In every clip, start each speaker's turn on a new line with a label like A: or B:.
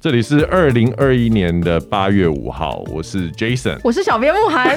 A: 这里是二零二一年的八月五号，我是 Jason。
B: 我是小编慕寒，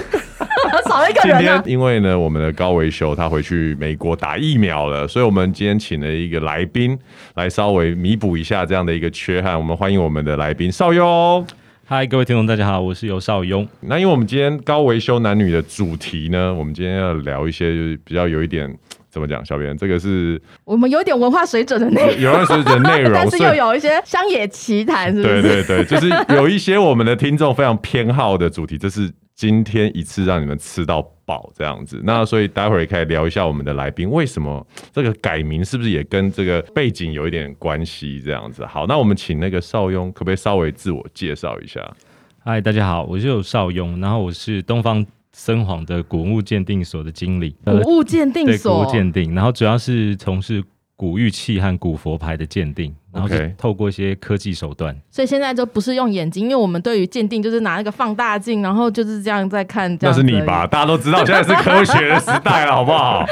B: 少了一个
A: 今
B: 人
A: 天
B: 啊。
A: 因为呢，我们的高维修他回去美国打疫苗了，所以我们今天请了一个来宾来稍微弥补一下这样的一个缺憾。我们欢迎我们的来宾邵雍。
C: 嗨，各位听众，大家好，我是尤少庸。
A: 那因为我们今天高维修男女的主题呢，我们今天要聊一些就是比较有一点怎么讲，小编这个是
B: 我们有点文化水准的内容，
A: 有段时间的内容，
B: 但是
A: 所以
B: 又有一些乡野奇谈，是不
A: 对对
B: 是？
A: 对，就是有一些我们的听众非常偏好的主题，这是今天一次让你们吃到饱这样子。那所以待会儿也可以聊一下我们的来宾为什么这个改名是不是也跟这个背景有一点关系这样子。好，那我们请那个邵雍，可不可以稍微自我介绍一下？
C: 嗨，大家好，我是尤少庸，然后我是东方森煌的古物鉴定所的经理，呃
B: 古物鉴定
C: 对古
B: 所
C: 物，鉴定，然后主要是从事古玉器和古佛牌的鉴定，然后是
A: OK
C: 透过一些科技手段。
B: 所以现在就不是用眼睛，因为我们对于鉴定就是拿那个放大镜，然后就是这样在看。这
A: 那
B: 样
A: 是
B: 子
A: 你吧？大家都知道现在是科学的时代了，好不好？
B: 而已？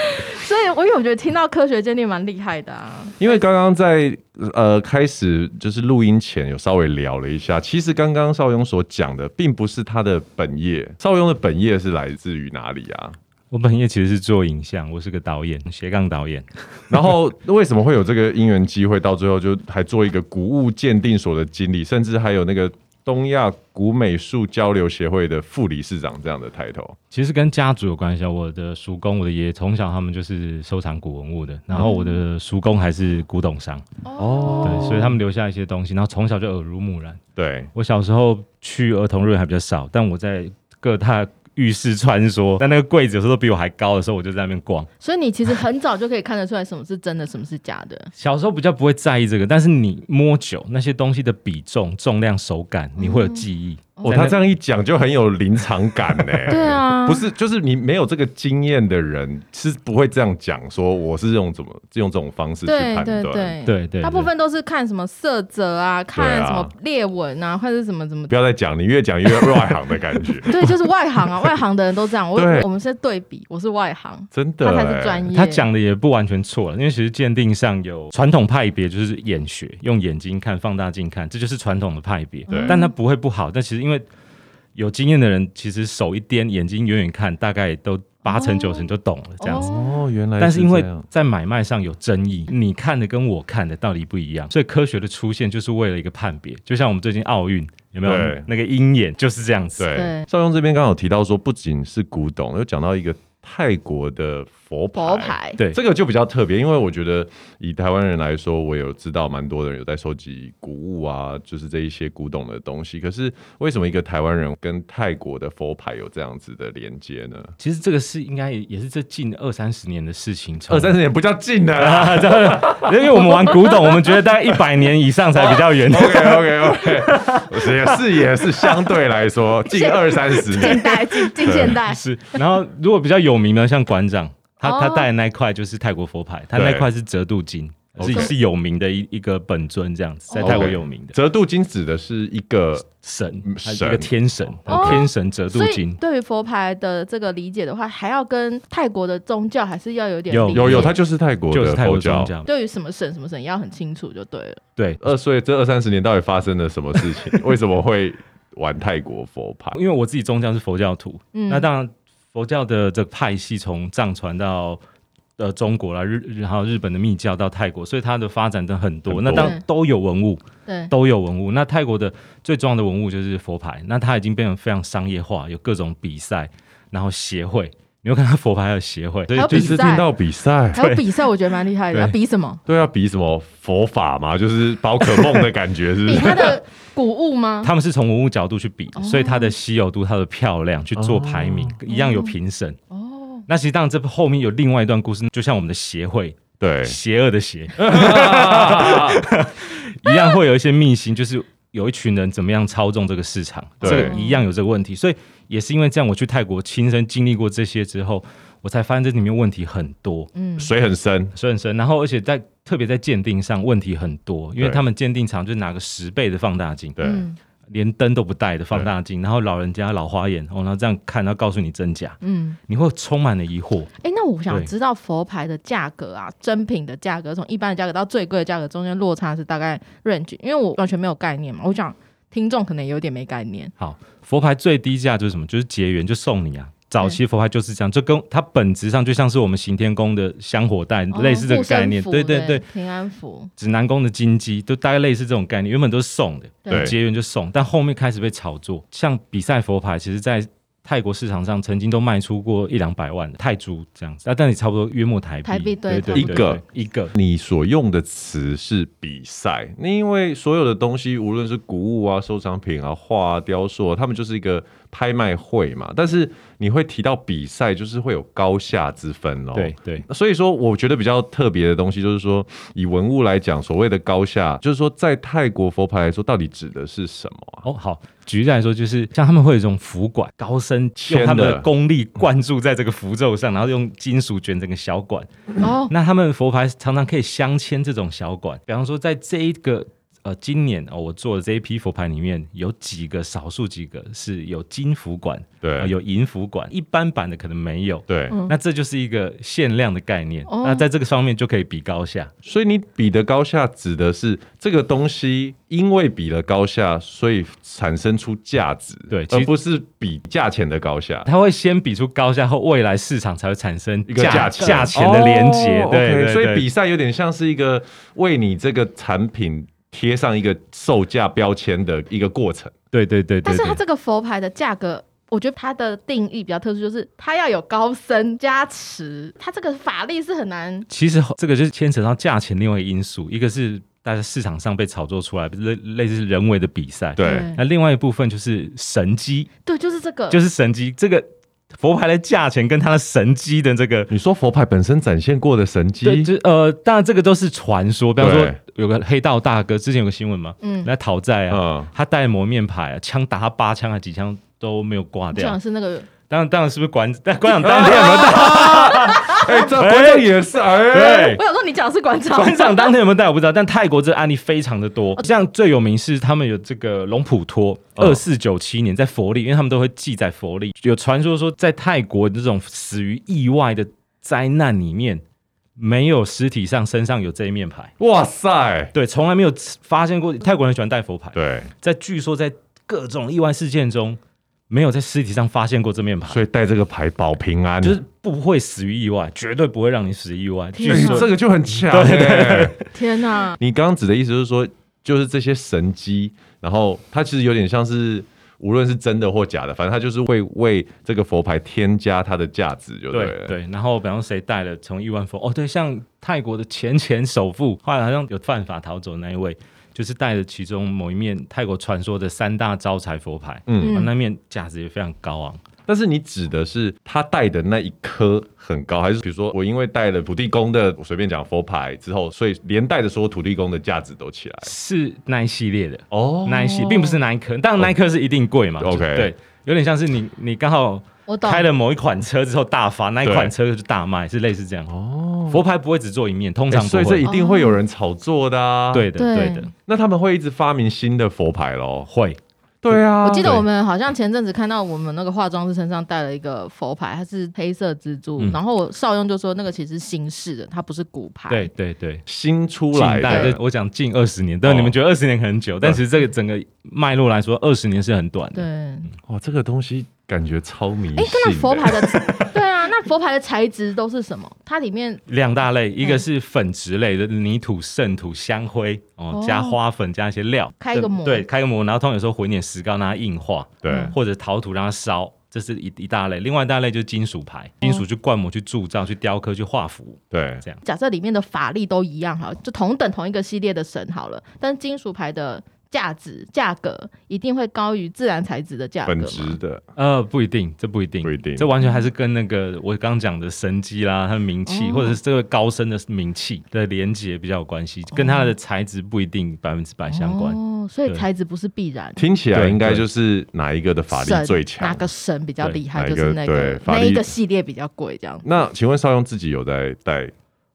B: 所以我有觉得听到科学鉴定蛮厉害的啊。
A: 因为刚刚在呃开始就是录音前有稍微聊了一下，其实刚刚邵雍所讲的并不是他的本业，邵雍的本业是来自于哪里啊？
C: 我本业其实是做影像，我是个导演，斜杠导演。
A: 然后为什么会有这个因缘机会，到最后就还做一个古物鉴定所的经理，甚至还有那个东亚古美术交流协会的副理事长这样的 title？
C: 其实跟家族有关系啊，我的叔公、我的爷爷从小他们就是收藏古文物的，然后我的叔公还是古董商，
A: 哦
C: 对，所以他们留下一些东西，然后从小就耳濡目染。
A: 对，
C: 我小时候去儿童乐园还比较少，但我在各大浴室穿梭，但那个柜子有时候都比我还高的时候，我就在那边逛。
B: 所以你其实很早就可以看得出来什么是真的，什么是假的。
C: 小时候比较不会在意这个，但是你摸久那些东西的比重、重量、手感，你
B: 嗯
C: 会有记忆。
A: 哦，
C: 在那
A: 他这样一讲就很有临场感呢、
B: 对啊，
A: 不是，就是你没有这个经验的人是不会这样讲，说我是用怎么用这种方式去
B: 对
A: 判
B: 对
A: 断。
B: 对。
C: 对对对，
B: 嗯大部分都是看什么色泽啊，看
A: 对啊
B: 什么裂纹啊，或者是什么什么
A: 不要再讲，你越讲越外行的感觉，
B: 对，就是外行 啊，外行的人都这样。我
A: 对
B: 我们是对比，我是外行，
A: 真的、
B: 他
A: 欸。
B: 才是专业。
C: 他讲的也不完全错了，因为其实鉴定上有传统派别，就是眼学，用眼睛看、放大镜看，这就是传统的派别。
A: 对
C: 但他不会不好。但其实因为有经验的人，其实手一掂，眼睛远远看，大概都八成九成就懂了这样子。
B: 哦，
A: 哦，原来
C: 但是因
A: 这
C: 为
A: 样
C: 在买卖上有争议，你看的跟我看的到底不一样，所以科学的出现就是为了一个判别。就像我们最近奥运有没有
A: 对
C: 那个鹰眼就是这样子。
A: 对
B: 对
A: 邵雍这边刚好提到说，不仅是古董，又讲到一个泰国的佛牌。
B: 佛牌，
C: 对
A: 这个就比较特别，因为我觉得以台湾人来说，我有知道蛮多的人有在收集古物啊，就是这一些古董的东西。可是为什么一个台湾人跟泰国的佛牌有这样子的连接呢？
C: 其实这个是应该也也是这近二三十年的事情。从
A: 二三十年不叫近的 啦。
C: 啊，真的， 因为我们玩古董，我们觉得大概一百年以上才比 较远。
A: OK OK OK，也是也是相对来 说近二三十
B: 近
A: 年，
B: 代近近现代，
C: 是，然后如果比较有名的，像馆长，他他
B: 哦
C: 戴的那一块就是泰国佛牌，他那
A: 对
C: 块是折度金，是
A: OK
C: 是有名的一一个本尊这样子，在
B: 哦
C: 泰国有名的
A: 折度金指的是一个
C: 神，他
A: 嗯
C: 一
A: 神
C: 个天神，
B: 哦
C: 天神折度
B: 所以
C: 金。
B: 对于佛牌的这个理解的话，还要跟泰国的宗教还是要有点
C: 有
B: 理解
A: 有有，它就是泰国
C: 就是
A: 哦的
C: 泰
A: 佛
C: 国宗
A: 教。
C: 教，
B: 对于什么神什么神要很清楚就对了。
C: 对，
A: 二所以这二三十年到底发生了什么事 情？为什么会玩泰国佛牌？
C: 因为我自己宗教是佛教徒，
B: 嗯
C: 那当然佛教的这个派系从藏传到呃中国啦，日日还有日本的密教到泰国，所以它的发展真的很多。
A: 很
C: 那
A: 多
B: 嗯
C: 当然都有文物，
B: 对，
C: 都有文物。那泰国的最重要的文物就是佛牌，那它已经变成非常商业化，有各种比赛，然后协会，你会看到佛牌还有协会，所
B: 还有
C: 以
A: 第
C: 就
A: 一次
C: 是
A: 听到比赛，
B: 还有比赛，我觉得蛮厉害的。
C: 对
B: 要比什么？
A: 对啊，比什么佛法嘛，就是宝可梦的感觉，是不
B: 比他
A: 是？
B: 的古物吗？
C: 他们是从文物角度去比，
B: 哦
C: 所以它的稀有度、它的漂亮去做排名，一样有评审。
B: 哦，
C: 那其实当然这后面有另外一段故事，就像我们的协会，
A: 对，
C: 邪恶 的邪，一样会有一些秘辛，就是有一群人怎么样操纵这个市场，
A: 对
C: 这个一样有这个问题，所以也是因为这样，我去泰国亲身经历过这些之后，我才发现这里面问题很多，
B: 嗯，
A: 水很深，
C: 所以很深。然后而且在特别在鉴定上问题很多，因为
A: 对
C: 他们鉴定厂就是拿个十倍的放大镜，
A: 对，
B: 嗯
C: 连灯都不带的放大镜，然后老人家老花眼，哦，然后这样看，然后告诉你真假，
B: 嗯，
C: 你会充满了疑惑。
B: 哎，那我想
C: 对
B: 知道佛牌的价格啊，真品的价格，从一般的价格到最贵的价格中间落差是大概 range，因为我完全没有概念嘛，我想听众可能有点没概念，
C: 好，佛牌最低价就是什么？就是结缘，就送你啊。早期佛牌就是这样，就跟它本质上就像是我们行天宫的香火袋，类似这
B: 哦
C: 个
B: 护身
C: 概念。
B: 符
C: 对对对，
B: 平安符，
C: 指南宫的金鸡都大概类似这种概念，原本都是送的，
A: 对
C: 结缘就送，但后面开始被炒作。像比赛佛牌，其实在泰国市场上曾经都卖出过一两百万的泰铢这样子，啊，但你差不多约莫台币，
B: 台币对
C: 对
B: 差
C: 对，
A: 不多
C: 对
A: 一个
C: 一个，
A: 你所用的词是比赛，那因为所有的东西，无论是古物啊、收藏品啊、画啊、雕塑、啊，他们就是一个拍卖会嘛。但是你会提到比赛，就是会有高下之分咯。
C: 对对
A: 所以说，我觉得比较特别的东西，就是说，以文物来讲，所谓的高下，就是说，在泰国佛牌来说，到底指的是什么啊？
C: 哦，好，举例来说，就是像他们会有一种符管，高僧
A: 签
C: 用他们
A: 的
C: 的功力灌注在这个符咒上，然后用金属卷整个小管。
B: 哦，
C: 那他们佛牌常常可以镶嵌这种小管，比方说在这一个。呃，今年哦，我做的这一批佛牌里面有几个，少数几个是有金符管，
A: 对
C: 呃有银符管，一般版的可能没有。
A: 对，
B: 嗯
C: 那这就是一个限量的概念，
B: 哦
C: 那在这个上面就可以比高下。
A: 所以你比的高下指的是这个东西，因为比了高下，所以产生出价值，
C: 对其
A: 而
C: 实
A: 不是比价钱的高下。
C: 它会先比出高下后，未来市场才会产生
A: 一个价钱
C: 价钱的连接。
A: 哦
C: 对
A: OK，
C: 对
A: 所以
C: 对
A: 比赛有点像是一个为你这个产品贴上一个售价标签的一个过程。
C: 对对对对对。
B: 但是它这个佛牌的价格。我觉得它的定义比较特殊，就是它要有高僧加持，它这个法力是很难
C: 其实这个就是牵扯到价钱另外一个因素，一个是大家市场上被炒作出来，类类似人为的比赛。
A: 对，
C: 那另外一部分就是神机，
B: 对，就是这个，
C: 就是神机这个佛牌的价钱跟它的神机的这个。
A: 你说佛牌本身展现过的神机，
C: 对，就呃，当然这个都是传说。比方说
A: 对，
C: 有个黑道大哥，之前有个新闻嘛，
B: 嗯，
C: 那讨债啊，
A: 嗯，
C: 他带蒙面牌、啊，枪打他八枪还几枪都没有挂
B: 就
C: 掉
B: 像。是那个
C: 当然，当然是不是馆？但馆长当天有没有带？
A: 哎，这观众也是，哎，
C: 对
B: 我，想说你讲的是馆长，
C: 馆长当天有没有带我不知道， 但泰国这案例非常的多。像最有名是他们有这个龙普托，
A: 嗯
C: 二四九七年在佛历，因为他们都会记载佛历。有传说说，在泰国这种死于意外的灾难里面，没有尸体上身上有这一面牌，
A: 哇塞，
C: 对，从来没有发现过。泰国人喜欢带佛牌，
A: 对，
C: 在据说在各种意外事件中，没有在尸体上发现过这面牌。
A: 所以带这个牌保平安，
C: 就是不会死于意外，绝对不会让你死于意外。据
A: 哎
B: 天
C: 说
B: 哪
A: 这个就很强，哎。
B: 天哪、
A: 你刚刚指的意思就是说，就是这些神机，然后它其实有点像是。无论是真的或假的，反正它就是会为这个佛牌添加它的价值，就了
C: 对。对，然后比方说谁带了从亿万富翁哦，对，像泰国的前前首富，后来好像有犯法逃走的那一位，就是带了其中某一面泰国传说的三大招财佛牌，
A: 嗯
C: 嗯，
B: 嗯
C: 那面价值也非常高昂。
A: 但是你指的是他戴的那一颗很高，还是比如说我因为戴了土地公的，我随便讲佛牌之后，所以连带着所有土地公的价值都起来
C: 是那一系列的，
A: 哦。
C: 那一系并不是那一颗，当然那一颗是一定贵嘛。
A: 哦
C: 就
A: OK
C: 对，有点像是你你刚好
B: 我懂
C: 开了某一款车之后大发，那一
A: 对
C: 款车就大卖，是类似这样。哦，佛牌不会只做一面，通
A: 欸
C: 常不
A: 所以这
C: 会哦
A: 一。定会有人炒作的啊！
C: 对，的，
B: 对
C: 对的，
A: 那他们会一直发明新的佛牌咯。
C: 会。
A: 对啊，
B: 我记得
C: 对
B: 我们好像前阵子看到我们那个化妆师身上带了一个佛牌，它是黑色蜘蛛，
C: 嗯
B: 然后我少用就说那个其实是新式的，它不是古牌。
C: 对对对，
A: 新出
C: 近
A: 来
C: 代
A: 的
C: 对，我讲近二十年，但
A: 哦
C: 你们觉得二十年很久，但其实这个整个脉络来说，二十年是很短
B: 对，
C: 的。
A: 哇，这个东西感觉超迷信、
B: 哎、
A: 欸。
B: 那佛牌的， 对啊，那佛牌的材质都是什么？它里面
C: 两大类，
B: 嗯
C: 一个是粉质类的泥土、渗土、香灰哦
B: 哦，
C: 加花粉，加一些料，
B: 开个模嗯
C: 对，开个模，然后通常有时候混一点石膏让它硬化，
A: 对
C: 或者陶土让它烧，这是一一大类。另外一大类就是金属牌，
B: 哦
C: 金属去灌模、去铸造、去雕刻、去画符。
A: 对
B: 假设里面的法力都一样好了，就同等同一个系列的神好了，但是金属牌的价值价格一定会高于自然材质的价格
A: 本
B: 嘛
A: 质的
C: 呃，不一定，这不一定，
A: 不一定
C: 这完全还是跟那个我刚刚讲的神机啦，他的名气，
B: 哦
C: 或者是这个高僧的名气的连接比较有关系，
A: 哦
C: 跟他的材质不一定百分之百相关。
B: 哦，所以
C: 对
B: 材质不是必然。
A: 听起来
C: 对
A: 应该
C: 对
A: 就是哪一个的法力
B: 神
A: 最强
B: 哪？个神比较
C: 对
B: 厉害，
A: 哪一
B: 就
A: 个
B: 是那
A: 对
B: 个
A: 法
B: 那
A: 力
B: 一个系列比较贵这样。
A: 那请问少庸自己有在带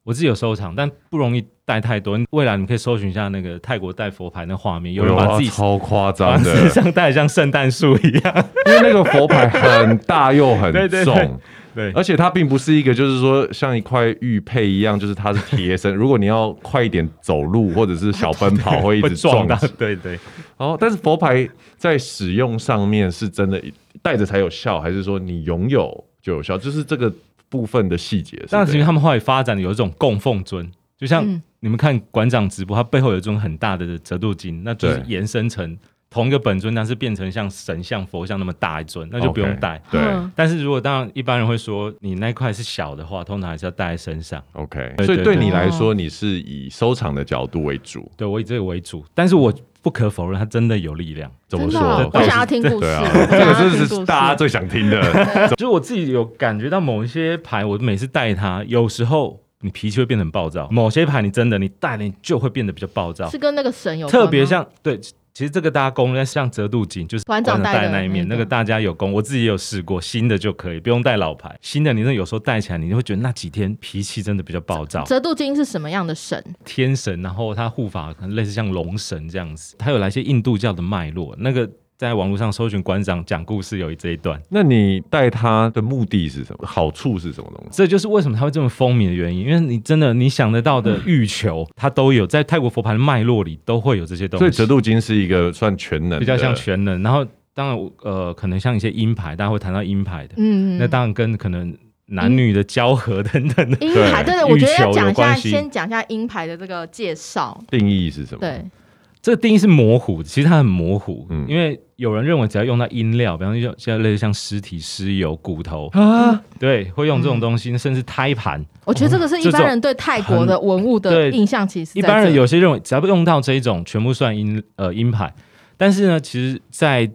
C: 我自己有收藏，但不容易带太多。未来你可以搜寻一下那个泰国带佛牌那画面，有人
A: 有
C: 把
A: 啊
C: 自己
A: 超夸
C: 把
A: 张的，
C: 身上带的像圣诞树一样。
A: 因为那个佛牌很大又很重，
C: 对对对对，
A: 而且它并不是一个就是说像一块玉佩一样，就是它是贴 身。如果你要快一点走路或者是小奔跑，会一
C: 会
A: 直
C: 撞
A: 撞
C: 到
A: 击。，
C: 对对。
A: 哦， 但是佛牌在使用上面是真的戴着才有效，还是说你拥有就有效？就是这个部分的细节是怎
C: 但
A: 样。
C: 是因为他们后来发展有一种供奉尊，就像
B: 嗯
C: 你们看馆长直播，他背后有一种很大的折度金，那就是
A: 对
C: 延伸成同一个本尊，但是变成像神像、佛像那么大一尊，那就
A: OK
C: 不用带。
A: 对
B: 嗯
C: 但是如果当然一般人会说你那块是小的话，通常还是要带在身上。
A: OK，
C: 对
A: 所以
C: 对
A: 对
B: 对
A: 你来说，你是以收藏的角度为主。
C: 对我以这个为主，但是我不可否认，它真的有力量。
A: 怎么
B: 真的
A: 说？
B: 哦我想要听故事，
A: 对啊，
B: 我
A: 这个
B: 想要
A: 真
B: 听故
A: 的
B: 事
A: 是大家最想听的。
C: 就是我自己有感觉到某一些牌，我每次带它，有时候你脾气会变得很暴躁；某些牌你真的你带了，你就会变得比较暴躁。
B: 是跟那个神有关吗
C: 特别像对，其其实这个大家攻略像折度锦，就是
B: 馆长
C: 带
B: 带的嗯
C: 那一面，
B: 那
C: 那
B: 个
C: 个大家有攻，我自己也有试过，新的就可以不用带老牌，新的你那有时候带起来，你就会觉得那几天脾气真的比较暴躁。
B: 折度金是什么样的神？
C: 天神，然后他护法可能类似像龙神这样子，他有来一些印度教的脉络，那个。在网络上搜寻馆长讲故事有这一段，
A: 那你戴它的目的是什么？好处是什么东西？
C: 这就是为什么它会这么风靡的原因，因为你真的你想得到的
B: 嗯
C: 欲求，它都有在泰国佛牌的脉络里都会有这些东西。
A: 所以折度金是一个算全能的，
C: 比较像全能。然后当然我，呃，可能像一些鹰牌，大家会谈到鹰牌的，
B: 嗯，
C: 那当然跟可能男女的交合等等
A: 嗯
C: 的。
B: 鹰牌，对
C: 对
B: 对，我觉得
C: 欲求
B: 要
C: 有
B: 讲一下，
C: 关系
B: 先讲一下鹰牌的这个介绍。
A: 定义是什么？
B: 对，
C: 这个定义是模糊的，其实它很模糊，
A: 嗯
C: 因为有人认为只要用到音料，比方说像类似像尸体、尸油、骨头，
A: 啊，
C: 对，会用
B: 嗯
C: 这种东西，甚至胎盘。
B: 我觉得这个是一般人对泰国的文物的
C: 对
B: 印象，其实
C: 一般人
B: 有
C: 有些认为只要用到这一种，全部算音呃音牌。但是呢，其实，在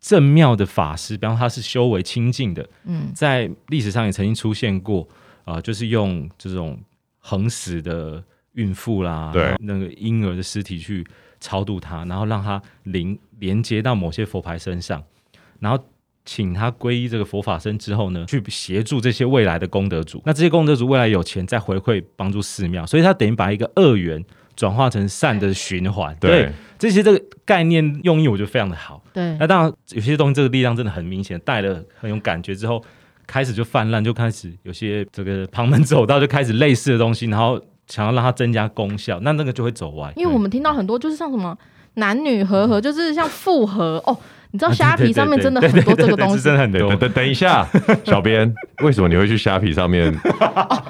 C: 正庙的法师，比方他是修为清净的，
B: 嗯
C: 在历史上也曾经出现过，啊，就是用这种横死的孕妇啦，
A: 对
C: 然后那个婴儿的尸体去超度它，然后让它连连接到某些佛牌身上，然后请他皈依这个佛法身之后呢，去协助这些未来的功德主。那这些功德主未来有钱再回馈帮助寺庙，所以他等于把一个恶缘转化成善的循环。
A: 对，
C: 这些这个概念用意，我觉得非常的好。
B: 对
C: 那当然，有些东西这个力量真的很明显，带了很有感觉之后，开始就泛滥，就开始有些这个旁门左道就开始类似的东西，然后想要让它增加功效，那那个就会走歪。
B: 因为我们听到很多就是像什么男女和合，就是像复合哦，你知道虾皮上面真的很多这个东
C: 是
B: 西
C: 真，的很
A: 等
C: 多。
A: 等等一下， 小编，为什么你会去虾皮上面？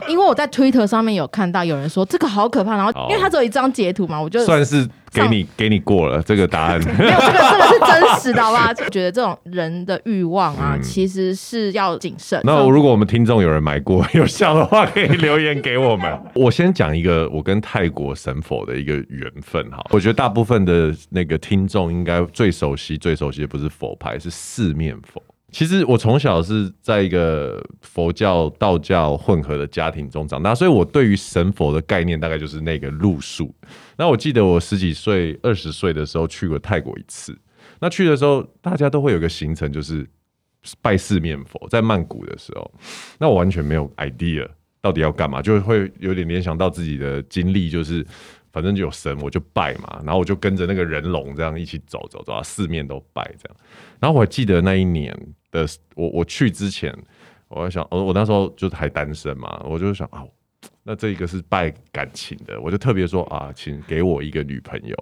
B: 因为我在 Twitter 上面有看到有人说这个好可怕，然后
A: 哦
B: 因为它只有一张截图嘛，我 就
A: 算是给你给你过了这个答 案。
B: 没有这个这个是真实的，好 吧？就觉得这种人的欲望啊，
A: 嗯
B: 其实是要谨慎。哦
A: 那如果我们听众有人买过 有效的话，可以留言给我们。我先讲一个我跟泰国神佛的一个缘分哈，我觉得大部分的那个听众应该最熟悉、最熟悉的不是佛牌，是四面佛。其实我从小是在一个佛教、道教混合的家庭中长大，所以我对于神佛的概念大概就是那个路数。那我记得我十几岁、二十岁的时候去过泰国一次，那去的时候大家都会有个行程，就是拜四面佛，在曼谷的时候，那我完全没有 idea 到底要干嘛，就会有点联想到自己的经历，就是反正就有神我就拜嘛，然后我就跟着那个人龙这样一起走走走啊，四面都拜这样。然后我还记得那一年的我我去之前，我在想，哦我我那时候就还单身嘛，我就想啊，那这个是拜感情的，我就特别说啊，请给我一个女朋友。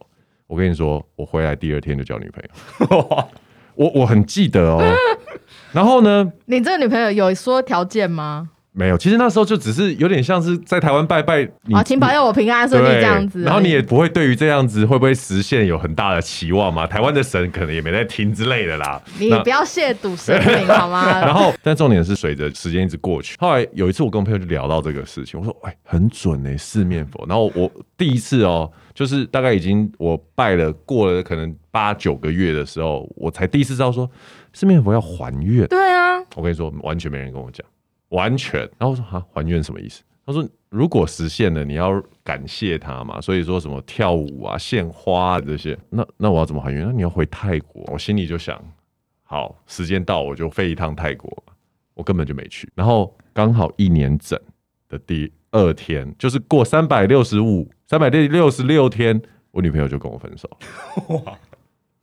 A: 我跟你说，我回来第二天就交女朋友，我我很记得哦。然后呢，
B: 你这个女朋友有说条件吗？
A: 没有，其实那时候就只是有点像是在台湾拜拜，你
B: 啊，请保佑我平安顺利
A: 对
B: 这样子而已。
A: 然后你也不会对于这样子会不会实现有很大的期望嘛？台湾的神可能也没在听之类的啦。
B: 你
A: 那
B: 不要亵渎神明好
A: 然
B: 吗？
A: 后，但重点是随着时间一直过去，后来有一次我跟我朋友就聊到这个事情，我说：“哎、很准哎、四面佛。”然后我第一次哦，就是大概已经我拜了过了可能八九个月的时候，我才第一次知道说四面佛要还愿。
B: 对啊，
A: 我跟你说，完全没人跟我讲，完全。然后我说啊，还愿什么意思？他说如果实现了，你要感谢他嘛。所以说什么跳舞啊、献花啊这些，那那我要怎么还愿？那你要回泰国，我心里就想，好，时间到我就飞一趟泰国，我根本就没去。然后刚好一年整的第二天，就是过三百六十五、三百六十六天，我女朋友就跟我分手。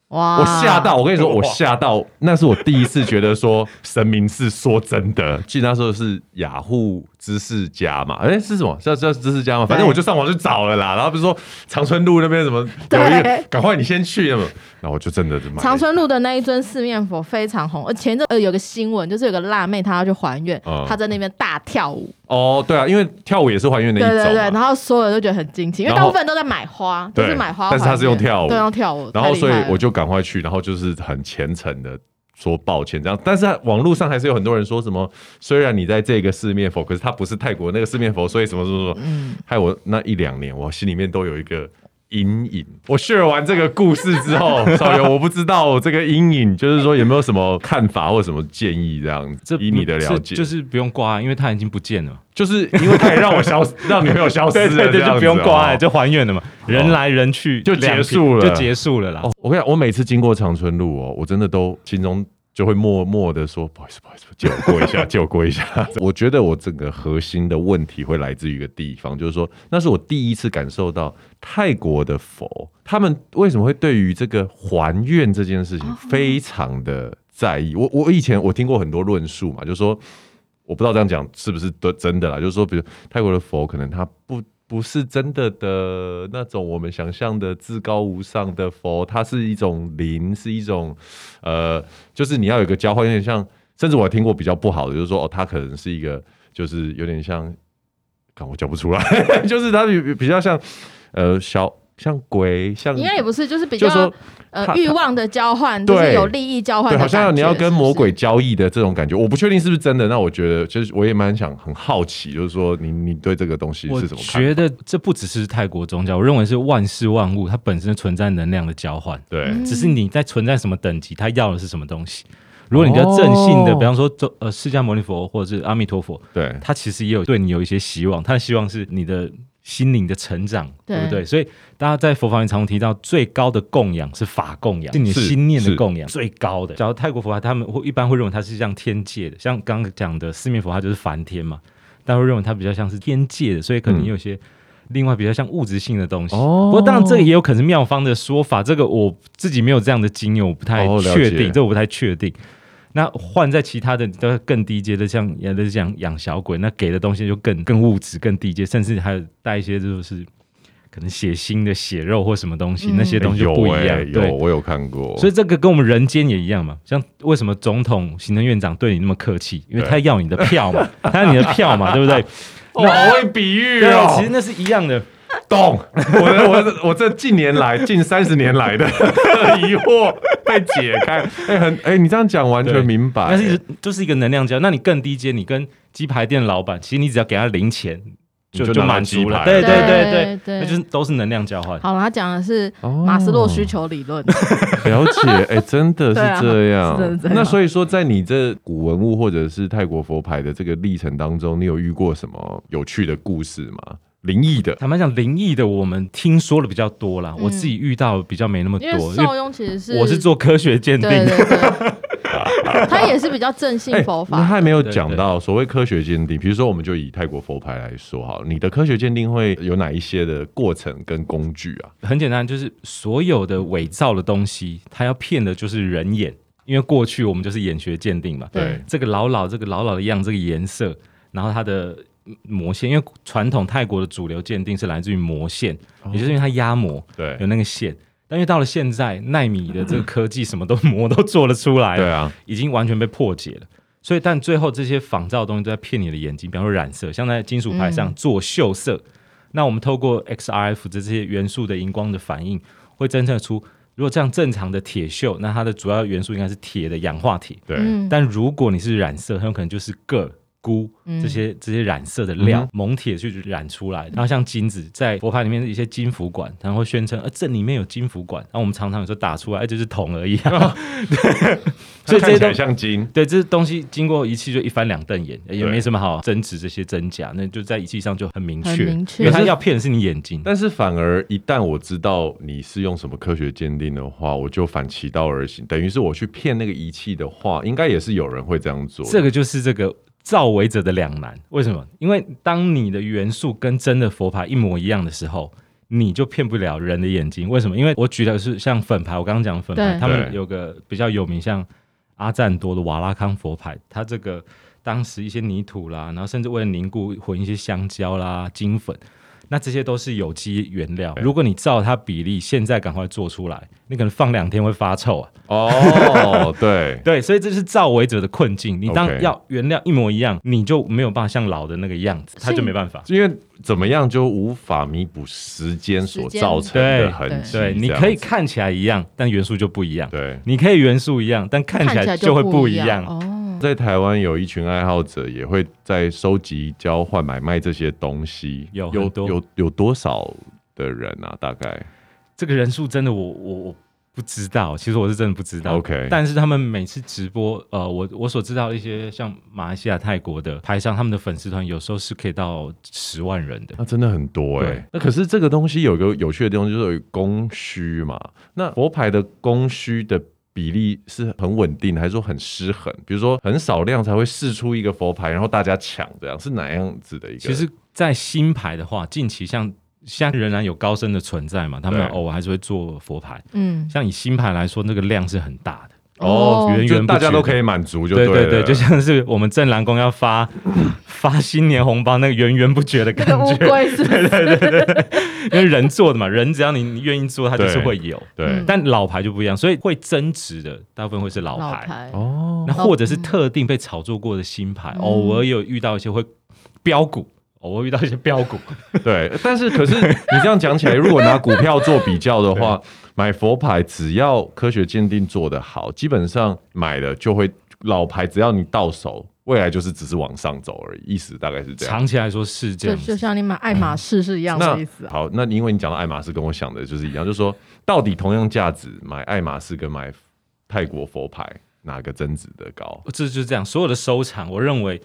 B: 哇，
A: 我吓到，我跟你说，
C: 哇
A: 我吓到，那是我第一次觉得说神明是说真的。记得那时候是雅虎知识家嘛，哎、是什么？叫叫知识家嘛？反正
B: 对
A: 我就上网去找了啦。然后不是说长春路那边什么
B: 对
A: 有一个，赶快你先去那么，然后我就真的就买了
B: 长春路的那一尊四面佛非常红，而前阵呃有个新闻，就是有个辣妹她要去还愿，
A: 嗯
B: 她在那边大跳舞，
A: 哦，对啊，因为跳舞也是还原的一
B: 对
A: 种嘛。
B: 对对，然后所有人都觉得很惊奇，因为
A: 然
B: 大
A: 后
B: 部分都在买花，就
A: 对
B: 是买花还
A: 但
B: 愿，
A: 是她是用跳舞
B: 对，用跳舞，
A: 然后所以
B: 太厉害了
A: 我就赶快去，然后就是很虔诚的说抱歉这样。但是网络上还是有很多人说什么，虽然你在这个四面佛，可是它不是泰国那个四面佛，所以什么什么什么，
B: 嗯
A: 害我那一两年我心里面都有一个。阴影。我 share 完这个故事之后，少爷，我不知道我这个阴影，就是说有没有什么看法或者什么建议这样子？
C: 这
A: 以你的了
C: 这
A: 解，
C: 就是不用挂，因为他已经不见了。
A: 就是因为他也让我消，让女朋友消 失了，这样
C: 就不用
A: 子
C: 挂
A: 哦
C: 了，就还原了嘛，人来人去
A: 就
C: 两
A: 结
C: 边
A: 束了
C: 就结束了啦。
A: 哦，我跟你讲，我每次经过长春路哦，我真的都心中就会默默的说，不好意思，不好意思，借我过一下，借我过一下。我觉得我整个核心的问题会来自于一个地方，就是说，那是我第一次感受到泰国的佛，他们为什么会对于这个还愿这件事情非常的在意。我我以前我听过很多论述嘛，就是说。我不知道这样讲是不是都真的啦，就是说，比如泰国的佛可能他不不是真的的那种我们想象的至高无上的佛，它是一种灵，是一种呃，就是你要有一个交换，有点像，甚至我还听过比较不好的，就是说哦，它可能是一个，就是有点像，看我讲不出来， 就是它比比较像呃小像鬼像，
B: 应该也不是，就是比
A: 就是
B: 较
A: 说
B: 呃
A: 他
B: 欲望的交换，就是
A: 对
B: 有利益交换
A: 对，
B: 的
A: 好
B: 感觉，
A: 像你要跟
B: 是不是
A: 魔鬼交易的这种感觉，我不确定是不是真的。那我觉得，就是我也蛮想很好奇，就是说你你对这个东西
C: 我
A: 是怎么看？
C: 觉得这不只是泰国宗教，我认为是万事万物它本身存在能量的交换，
A: 对，
B: 嗯
C: 只是你在存在什么等级，它要的是什么东西。如果你比较正信的，
A: 哦
C: 比方说宗呃释迦牟尼佛或者是阿弥陀佛，
A: 对，
C: 他其实也有对你有一些希望，他的希望是你的心灵的成长，
B: 对
C: 对不对？所以大家在佛法里常提到，最高的供养是法供养，是你
A: 是
C: 心念
A: 是
C: 的供养，最高的。假如泰国佛法，他们会一般会认为它是像天界的，像刚刚讲的四面佛，它就是梵天嘛，但会认为它比较像是天界的，所以可能
A: 嗯
C: 有些。另外比较像物质性的东西，
A: 哦
C: 不过当然这个也有可能是妙方的说法，这个我自己没有这样的经验，我不太
A: 哦了
C: 确
A: 解
C: 定，这我不太确定。那换在其他的都更低阶的，像也是讲养小鬼，那给的东西就更更物质、更低阶，甚至还有带一些就是可能血腥的血肉或什么东西，
B: 嗯
C: 那些东西就
A: 有
C: 不一
A: 欸
C: 样。
A: 有
C: 对，
A: 我有看过，
C: 所以这个跟我们人间也一样嘛。像为什么总统、行政院长对你那么客气？因为
A: 对
C: 他要你的票嘛，他要你的票嘛，对不对？
A: 哦我好会比喻
C: 对啊，
A: 哦
C: 其实，那是一样的。
A: 懂。我的我的我这近年来近三十年来的 疑惑被解开，哎、很哎、你这样讲完全明白。
C: 但是就是一个能量交，那你更低阶，你跟鸡排店老板，其实你只要给他零钱，就
A: 你就拿到
C: 满
A: 鸡
C: 足
A: 排了
C: 了。对对
B: 对
C: 对
B: 对
C: 对，那就是都是能量交换。
B: 好了，他讲的是
A: 哦
B: 马斯洛需求理 论，
A: 了解，哎、真的
B: 对啊
A: 是这样。
B: 是真的这样
A: 那所以说，在你这古文物或者是泰国佛牌的这个历程当中，你有遇过什么有趣的故事吗？灵异的，
C: 坦白讲，灵异的我们听说的比较多啦，
B: 嗯
C: 我自己遇到比较没那么多，
B: 因为邵雍其实是
C: 我是做科学鉴定
B: 对
C: 的。
B: 对对，他也是比较正信
A: 哎，
B: 佛
A: 那
B: 法，
A: 还没有
C: 对
A: 讲
C: 对
A: 到所谓科学鉴定，比如说我们就以泰国佛牌来说好了，你的科学鉴定会有哪一些的过程跟工具啊？
C: 很简单，就是所有的伪造的东西，它要骗的就是人眼，因为过去我们就是眼学鉴定嘛。
B: 对
C: 这个老老这个老老的样，这个颜色，然后它的嗯魔线，因为传统泰国的主流鉴定是来自于魔线，也就是因为它压模
A: 对
C: 有那个线。但因为到了现在，纳米的这个科技，什么都 模都做得出来了
A: 对，啊，
C: 已经完全被破解了。所以，但最后这些仿造的东西都在骗你的眼睛，比方说染色，像在金属牌上做锈色。那我们透过 XRF 这些元素的荧光的反应，会侦测出，如果这样正常的铁锈，那它的主要元素应该是铁的氧化铁。
A: 对，
B: 嗯，
C: 但如果你是染色，很有可能就是铬、钴
B: 嗯
C: 这些这些染色的料
A: 嗯，
C: 锰铁去染出来。然后像金子，在佛牌里面的一些金符管，然后会宣称，呃，这里面有金符管。然后我们常常有时候打出来，哎，就是铜而已、啊。所以
A: 看
C: 这些
A: 起来
C: 东
A: 像金，
C: 对，这东西经过仪器就一翻两瞪眼，也
A: 嗯对
C: 没什么好争执这些真假，那就在仪器上就很明
B: 很
C: 确，
B: 明确
C: 因为他要骗的是你眼睛。
A: 但是反而一旦我知道你是用什么科学鉴定的话，我就反其道而行，等于是我去骗那个仪器的话，应该也是有人会这样做的。
C: 这个就是这个造为者的两难。为什么？因为当你的元素跟真的佛牌一模一样的时候，你就骗不了人的眼睛。为什么？因为我举的是像粉牌，我刚刚讲粉牌，
B: 对
C: 他们
A: 对
C: 有个比较有名，像阿赞多的瓦拉康佛牌，它这个当时一些泥土啦，然后甚至为了凝固混一些香蕉啦、金粉。那这些都是有机原料，
A: 对
C: 如果你照它比例现在赶快做出来，你可能放两天会发臭啊。
A: 哦，对，
C: 对，所以这是造伪者的困境。你当
A: OK
C: 要原料一模一样，你就没有办法像老的那个样子，他
B: 所以
C: 就没办法。
A: 因为怎么样就无法弥补时间所造成的痕迹。
C: 对，你
A: 这样
C: 可以看起来一样，但元素就不一样。
A: 对。
C: 你可以元素一样，但看起
B: 看起
C: 来
B: 来
C: 就会不
B: 一
C: 一样。
B: 哦。
A: 在台湾有一群爱好者也会在收集、交换、买卖这些东西，
C: 有
A: 有
C: 很多
A: 有有多少的人啊？大概
C: 这个人数真的我，我我不知道，其实我是真的不知道。
A: OK
C: 但是他们每次直播，呃，我我所知道的一些像马来西亚、泰国的台上，他们的粉丝团有时候是可以到十万人的。
A: 那真的很多哎、
C: 对
A: 那可是这个东西有个有趣的地方，就是有供需嘛。那佛牌的供需的比例是很稳定的，还是说很失衡？比如说很少量才会试出一个佛牌，然后大家抢，这样是哪样子的一个？
C: 其实，在新牌的话，近期像现在仍然有高僧的存在嘛，他们
A: 对
C: 偶尔还是会做佛牌。
B: 嗯，
C: 像以新牌来说，那个量是很大的，
A: 哦，
C: 源
A: 就
C: 源不
A: 大
C: 绝。
A: 家都可以。满足就
C: 对
A: 对
C: 对
A: 了
C: 对，就像是我们正蓝宫 要发发新年红包，那个源源不绝的感
B: 跟 乌
C: 觉，
B: 龟是不是？
C: 因为人做的嘛，人只要你你愿意做，它就是会有。
A: 对
B: 嗯
C: 但老牌就不一样，所以会增值的大部分会是老
B: 老
C: 牌，
B: 牌
A: 哦
C: 那或者是特定被炒作过的新牌，
B: 嗯
C: 偶尔有遇到一些会标股，偶尔遇到一些标 股，
A: 对，但是可是你这样讲起来，如果拿股票做比较的 话，买佛牌只要科学鉴定做得好，基本上买了就会老牌，只要你到手，未来就是只是往上走而已，意思大概是这样。嗯
C: 长期来说是这
B: 就
C: 样子
B: 就。像你买爱马仕是一样
A: 那
B: 的意思啊。
A: 好，那因为你讲到爱马仕，跟我想的就是一样，就是说到底同样价值，买爱马仕跟买泰国佛牌哪个增值的高？
C: 这就是这样，所有的收藏，我认为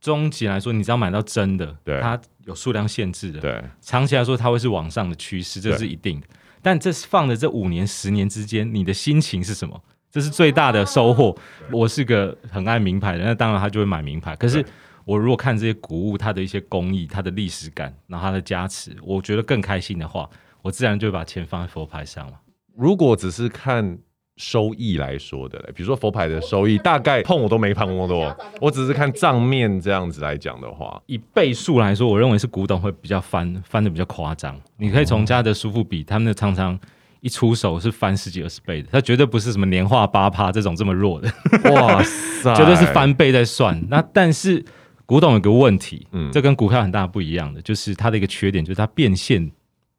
C: 终极来说，你只要买到真的，
A: 对
C: 它有数量限制的，
A: 对，
C: 长期来说它会是往上的趋势，这
A: 对
C: 是一定的。但这是放的这五年、十年之间，你的心情是什么？这是最大的收获。我是个很爱名牌的，那当然他就会买名牌。可是
A: 对
C: 我如果看这些古物，它的一些工艺、它的历史感，然后它的加持，我觉得更开心的话，我自然就会把钱放在佛牌上了。
A: 如果只是看收益来说的嘞，比如说佛牌的收益，大概碰我都没碰过的哦，我只是看账面这样子来讲的话，
C: 以倍数来说，我认为是古董会比较翻翻的比较夸张。你可以
A: 哦
C: 从家的苏富比，他们的常常一出手是翻十几二十倍的，它绝对不是什么年化八趴这种这么弱的，
A: 哎哇塞
C: 绝对是翻倍在算。那但是古董有个问题，
A: 嗯
C: 这跟股票很大不一样的，就是它的一个缺点就是它变现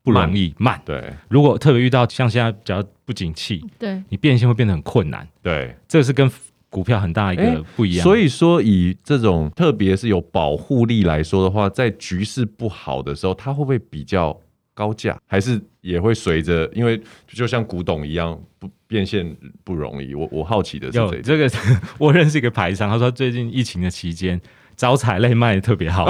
C: 不容易慢。
A: 对
C: 如果特别遇到像现在比较不景气，
B: 对，
C: 你变现会变得很困难，
A: 对，
C: 这是跟股票很大一个
A: 诶
C: 不一样。
A: 所以说以这种特别是有保护力来说的话，在局势不好的时候，它会不会比较高价，还是也会随着，因为就像古董一样不变现不容易。我我好奇的是
C: 有
A: 这一点，
C: 这个， 我认识一个牌商，他说最近疫情的期间，招财类卖的特别好。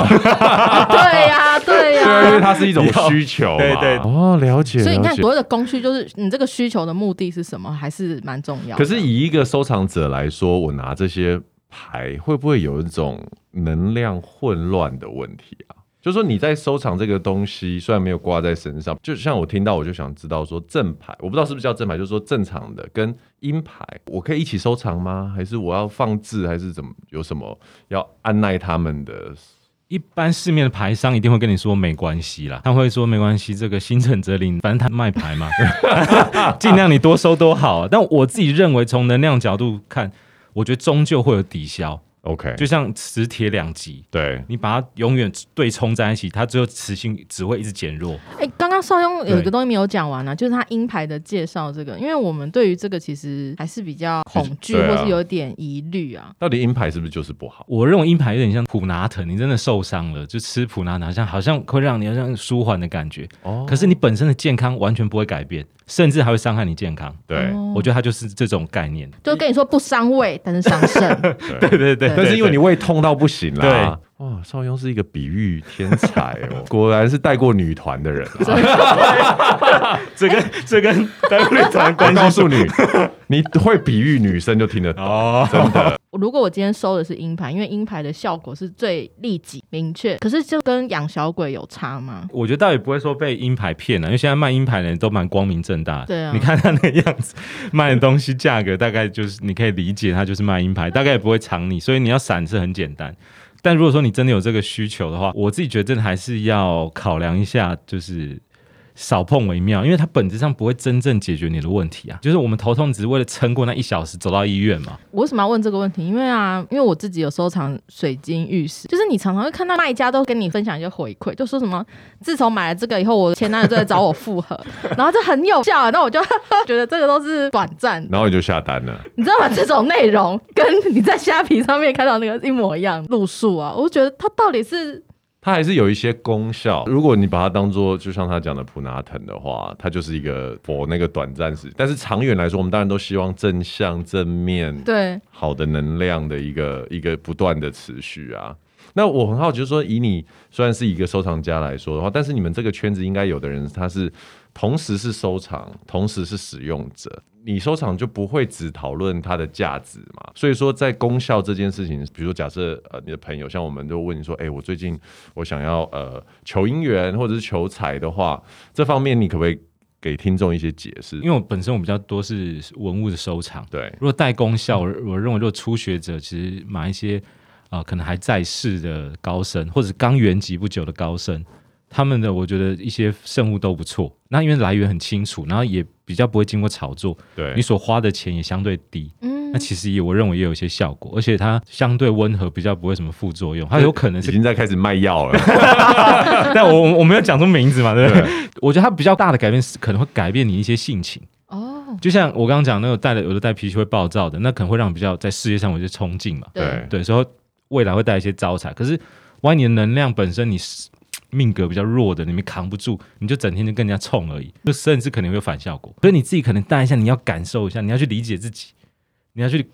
B: 对呀，
A: 对，
B: 对
A: 因为
B: 呀。
A: 它是一种需求嘛，
C: 对对
A: 哦，了解，
B: 所以你
A: 了
B: 看，
A: 解
B: 所谓的供需就是你这个需求的目的是什么，还是蛮重要的。
A: 可是以一个收藏者来说，我拿这些牌会不会有一种能量混乱的问题啊？就是说你在收藏这个东西，虽然没有挂在身上，就像我听到我就想知道说正牌，我不知道是不是叫正牌，就是说正常的跟阴牌，我可以一起收藏吗？还是我要放置，还是怎么？有什么要按耐他们的？
C: 一般市面的牌商一定会跟你说没关系啦，他会说没关系，这个心诚则灵，反正他卖牌嘛， 尽量你多收多好啊。但我自己认为，从能量角度看，我觉得终究会有抵消，
A: OK，
C: 就像磁铁两极。
A: 对
C: 你把它永远对冲在一起，它最后磁性只会一直减弱。
B: 哎、刚刚邵雍有一
C: 对
B: 个东西没有讲完啊，就是他鹰牌的介绍这个，因为我们对于这个其实还是比较恐惧，
A: 对啊
B: 或是有点疑虑啊。
A: 到底阴牌是不是就是不好？
C: 我认为鹰牌有点像普拿疼，你真的受伤了，就吃普拿疼，好像好像会让你好像舒缓的感觉。
A: 哦
C: 可是你本身的健康完全不会改变，甚至还会伤害你健康。
A: 对
B: 哦
C: 我觉得它就是这种概念。
B: 就跟你说不伤胃，但是伤肾。
A: 对
C: 对对对
B: 对
A: 但是因为你胃痛到不行啦。哇，邵雍是一个比喻天才哦，果然是带过女团的人、 啊。
C: 这跟 这跟单位团
A: 我告诉你，你会比喻女生就听得懂。
C: 哦，
B: 如果我今天收的是鹰牌，因为鹰牌的效果是最立即明确，可是就跟养小鬼有差吗？
C: 我觉得倒也不会说被鹰牌骗了，啊因为现在卖鹰牌的人都蛮光明正大的。
B: 对啊
C: 你看他那个样子，卖的东西价格大概就是你可以理解，他就是卖鹰牌，大概也不会藏你，所以你要闪是很简单。但如果说你真的有这个需求的话，我自己觉得真的还是要考量一下，就是少碰为妙，因为它本质上不会真正解决你的问题啊。就是我们头痛只是为了撑过那一小时走到医院嘛，
B: 我为什么要问这个问题？因为啊，因为我自己有收藏水晶玉石，就是你常常会看到卖家都跟你分享一些回馈，就说什么自从买了这个以后，我前男友就在找我复合， 然后这很有效，那我就觉得这个都是短暂的，
A: 然后你就下单了。
B: 你知道吗？这种内容跟你在虾皮上面看到那个一模一样路数啊，我就觉得它到底是
A: 它还是有一些功效。如果你把它当做就像他讲的普拿疼的话，它就是一个佛那个短暂时，但是长远来说，我们当然都希望正向、正面、
B: 对
A: 好的能量的一个一个不断的持续啊。那我很好奇，就是说以你虽然是一个收藏家来说的话，但是你们这个圈子应该有的人他是同时是收藏，同时是使用者。你收藏就不会只讨论它的价值嘛？所以说，在功效这件事情，比如说假设呃你的朋友像我们就问你说，哎、我最近我想要呃求姻缘或者是求财的话，这方面你可不可以给听众一些解释
C: 因？为我本身我比较多是文物的收藏。
A: 对，
C: 如果代功效，我我认为如果初学者，其实买一些呃可能还在世的高僧，或者是刚圆寂不久的高僧，他们的我觉得一些圣物都不错。那因为来源很清楚，然后也比较不会经过炒作，
A: 对
C: 你，所花的钱也相对低。
B: 嗯
C: 那其实也我认为也有一些效果，而且它相对温和，比较不会什么副作用。它有可能
A: 已
C: 是，
A: 经在开始卖药了。
C: 但我我我没有讲出名字嘛，对 不对？
A: 对，
C: 我觉得它比较大的改变是可能会改变你一些性情。
B: 哦，
C: 就像我刚刚讲那个带了有的带脾气会暴躁的，那可能会让比较在事业上有一些冲劲嘛。
A: 对
C: 对，所以未来会带一些招财。可是，万一你的能量本身你是命格比较弱的，你们扛不住，你就整天就跟人家冲而已，就甚至可能会有反效果。所以你自己可能带一下，你要感受一下，你要去理解自己，你要去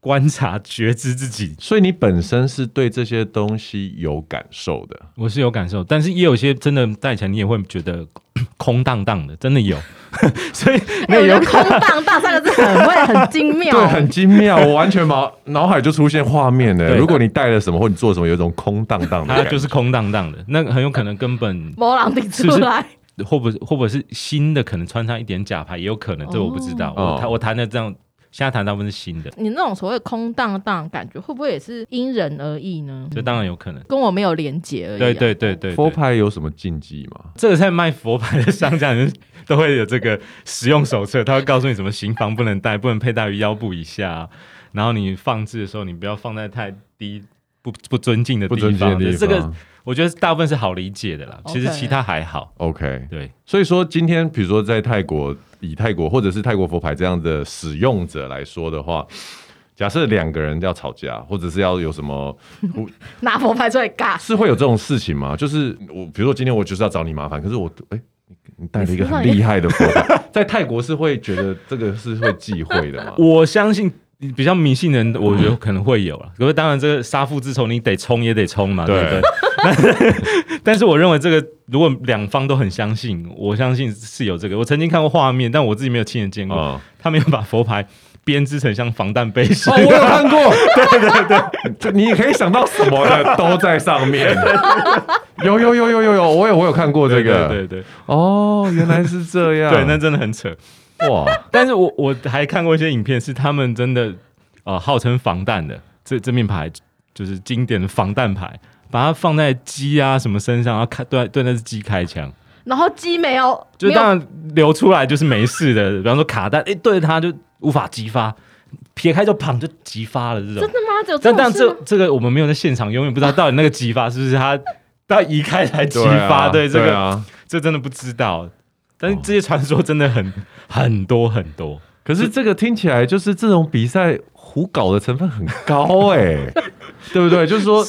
C: 观察、觉知自己。
A: 所以你本身是对这些东西有感受的，
C: 我是有感受，但是也有些真的带起来，你也会觉得 空荡荡的，真的有。 所以
B: 哎
C: 那
B: 我
C: 也
B: 觉
C: 有
B: 得空荡荡三个字很会很精 妙，
A: 对，很精妙。我完全脑脑海就出现画面了。
C: 对
A: 如果你带了什么或你做什么，有一种空荡荡的
C: 它
A: 感觉，
C: 就是空荡荡的，那很有可能根本
B: 波浪顶
C: 是不
B: 出
C: 是
B: 来，
C: 或不或者是新的，可能穿上一点假牌也有可能，这我不知道。
A: 哦嗯
C: 我谈我谈的这样，现在谈大部分是新的，
B: 你那种所谓空荡荡的感觉，会不会也是因人而异呢？
C: 这当然有可能。
B: 跟我没有连结而已、啊。
C: 对对对对
A: 佛
C: 对，
A: 牌有什么禁忌吗？
C: 这个在卖佛牌的商家里面都会有这个使用手册，他会告诉你什么行房不能带，不能佩戴于腰部以下啊、然后你放置的时候，你不要放在太低。不不尊敬的
A: 不
C: 地
A: 尊敬的
C: 方，
A: 地方。
C: 这个我觉得大部分是好理解的啦。其实
B: OK
C: 其他还好，
A: OK，
C: 对
A: 所以说今天比如说在泰国，以泰国或者是泰国佛牌这样的使用者来说的话。假设两个人要吵架，或者是要有什么，，
B: 拿佛牌出来尬
A: 是会有这种事情吗？就是我，比如说今天我就是要找你麻烦，可是我，哎、你你带了一个很厉害的佛牌，在泰国是会觉得这个是会忌讳的 吗？
C: 我相信比较迷信的人，我觉得可能会有了。可是当然，这个杀父之仇你得冲也得冲嘛，
A: 嗯
C: 对
A: 对
C: 不对？但 但是我认为这个如果两方都很相信，我相信是有这个。我曾经看过画面，但我自己没有亲眼见过。
A: 啊、
C: 他们有把佛牌编织成像防弹背心
A: 哦，，我有看过，对对对，就你可以想到什么的都在上面。 有有有有有有，我有我有看过这个。
C: 对对对
A: 哦，原来是这 样。
C: 对，那真的很扯。
A: 那啊哇，
C: 但是我我还看过一些影片，是他们真的呃号称防弹的这这面牌，就是经典的防弹牌，把它放在鸡啊什么身上，然后开对对那只鸡开枪，
B: 然后鸡没有，
C: 就
B: 没有
C: 当然流出来就是没事的，比方说卡弹，哎、对着它就无法激发，撇开就砰就激发了这种
B: 真。的吗？只有
C: 但
B: 这种
C: 但
B: 事
C: 这
B: 吗？
C: 这个我们没有在现场，永远不知道到底那个激发是不是它到底移开才激发，对,、这个、
A: 啊。
C: 这真的不知道。但是这些传说真的很、很多很多。
A: 可是这个听起来就是这种比赛胡搞的成分很高哎、对不对？就是说，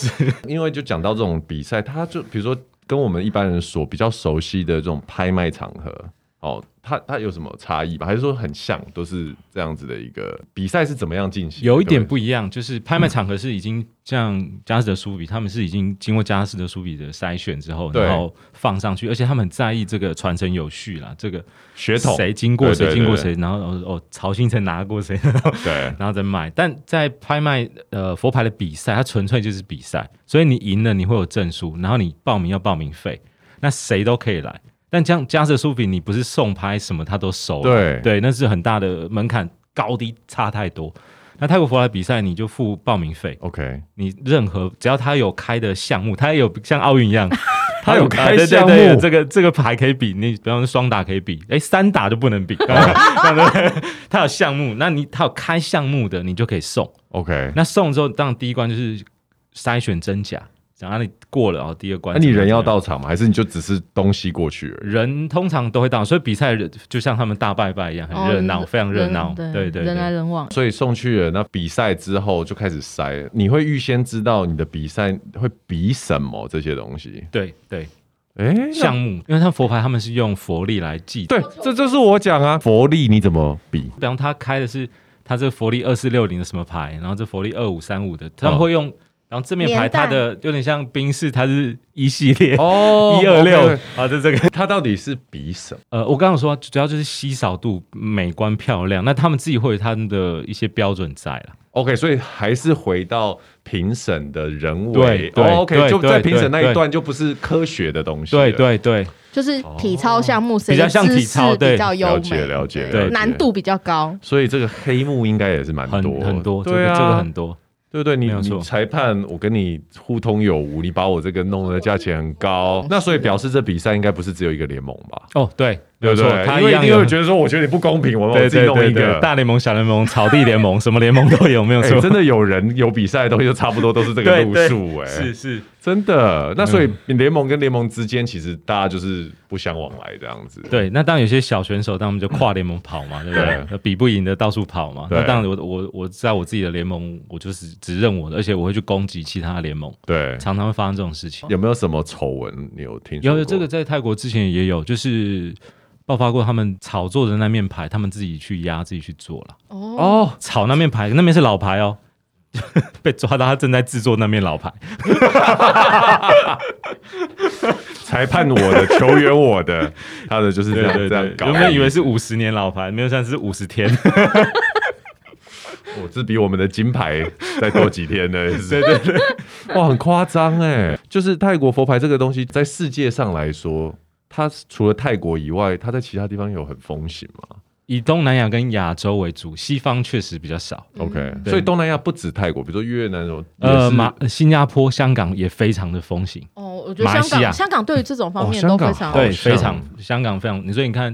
A: 因为就讲到这种比赛，它就比如说跟我们一般人所比较熟悉的这种拍卖场合。哦，它它有什么差异吗？还是说很像，都是这样子的一个比赛是怎么样进行？
C: 有一点
A: 对嗯
C: 不一样，就是拍卖场合是已经像佳士得苏比，他们是已经经过佳士得苏比的筛选之后，
A: 对
C: 然后放上去，而且他们很在意这个传承有序啦，这个
A: 不对血统，
C: 谁经过
A: 对
C: 谁
A: 对
C: 经过
A: 对
C: 谁，然后哦哦曹新成拿过谁，
A: 对
C: 然后再卖。但在拍卖呃佛牌的比赛，它纯粹就是比赛，所以你赢了你会有证书，然后你报名要报名费，那谁都可以来。但这样加设苏比，你不是送拍什么他都收了，
A: 对
C: 对，那是很大的门槛，高低差太多。那泰国佛牌比赛你就付报名费，
A: ，OK，。
C: 你任何只要他有开的项目，他也有像奥运一样
A: 他有开
C: 啊对对
A: 项目
C: 对有这个这个牌可以比，你比方说双打可以比，哎，三打就不能比。他有项目，那你他有开项目的，你就可以送。
A: OK，
C: 那送之后，当然第一关就是筛选真假，然后你过了，然后第二关
A: 那
C: 怎么
A: 你
C: 样，
A: 人要
C: 怎么样，
A: 到场吗？还是你就只是东西过去而已？
C: 人通常都会到，所以比赛人就像他们大拜拜一样，很热闹，
B: 哦
C: 非常热闹。
B: 人
C: 对对
B: 人来
C: 对，
B: 人往。
A: 所以送去了，那比赛之后就开始筛，你会预先知道你的比赛会比什么这些东西？
C: 对对
A: 哎、那
C: 项目，因为他们佛牌他们是用佛力来祭
A: 对，这就是我讲啊，佛力你怎么比？
C: 比方他开的是他这佛力二四六零的什么牌，然后这佛力二五三
A: 哦
C: 五的，他们会用，然后这面牌
B: 年代
C: 它的有点像冰室，它是一系列
A: 哦
C: 一二六啊，就这个。
A: 它到底是比什么？
C: 呃，我刚刚有说主要就是稀少度、美观漂亮，那他们自己会有他们的一些标准在了。
A: OK，所以还是回到评审的人为。
C: 对对
A: 哦、OK，
C: 对
A: 就
C: 对
A: 在评审那一
C: 对
A: 段就不是科学的东西了。
C: 对对对
B: 就是体操项目，谁
C: 哦比较
B: 的
C: 像
B: 姿
C: 体操
B: 势
C: 对
B: 比较优
A: 了
B: 美，
A: 解了解
C: 对
A: 了解
B: 难度比较高。
A: 所以这个黑幕应该也是蛮
C: 很
A: 多
C: 很多，这
A: 对
C: 个
A: 啊，
C: 这个很多。
A: 对不对？你
C: 没有错
A: 你裁判，我跟你互通有无，你把我这个弄的价钱很高，那所以表示这比赛应该不是只有一个联盟吧？
C: 哦，对，
A: 对
C: 没
A: 不
C: 错，
A: 对？
C: 他
A: 因
C: 一
A: 为一
C: 样
A: 定
C: 有
A: 会觉得说，我觉得你不公平，我我
C: 对
A: 自己
C: 对
A: 弄
C: 对
A: 一
C: 对，
A: 个。
C: 大联盟、小联盟、草地联盟，什么联盟都有，没有
A: 哎
C: 错。
A: 真的有人有比赛的东西，就差不多都是这 个
C: 对
A: 路
C: 对
A: 数哎、
C: 是是，
A: 真的。那所以联盟跟联盟之间，其实大家就是不相往来这样子。
C: 对，那当然有些小选手，他们就跨联盟跑嘛，对不对
A: 对？
C: 那比不赢的到处跑嘛。
A: 对
C: 那当然我，我我在我自己的联盟，我就是只认我的，而且我会去攻击其他的联盟，
A: 对，
C: 常常会发生这种事情。
A: 有没有什么丑闻你有听说
C: 有
A: 过？
C: 有这个在泰国之前也有，就是爆发过他们炒作的那面牌，他们自己去压，自己去做了。
B: 哦，
A: 哦，
C: 炒那面牌，那面是老牌哦， 被抓到他正在制作那面老牌。
A: 裁判我 的，球员我的，他的就是这样这样搞。
C: 原本以 为是五十年老牌，没有想到是五十天。
A: 我这比我们的金牌再多几天呢？ 对对对， 哇，很夸张哎！就是泰国佛牌这个东西，在世界上来说，它除了泰国以外，它在其他地方有很风行嘛
C: 以东南亚跟亚洲为主，西方确实比较少。
A: ？OK，
C: 嗯对
A: 所以东南亚不止泰国，比如说越南什么，也
C: 呃，
A: 是
C: 马新加坡、香港也非常的风行，
B: 哦，我觉
C: 马
B: 得
C: 来西
B: 香
C: 亚
B: 港香港对于这种方面
A: 哦
B: 都
A: 香港
B: 非常
A: 好对像
C: 非常香港非常。你说你看，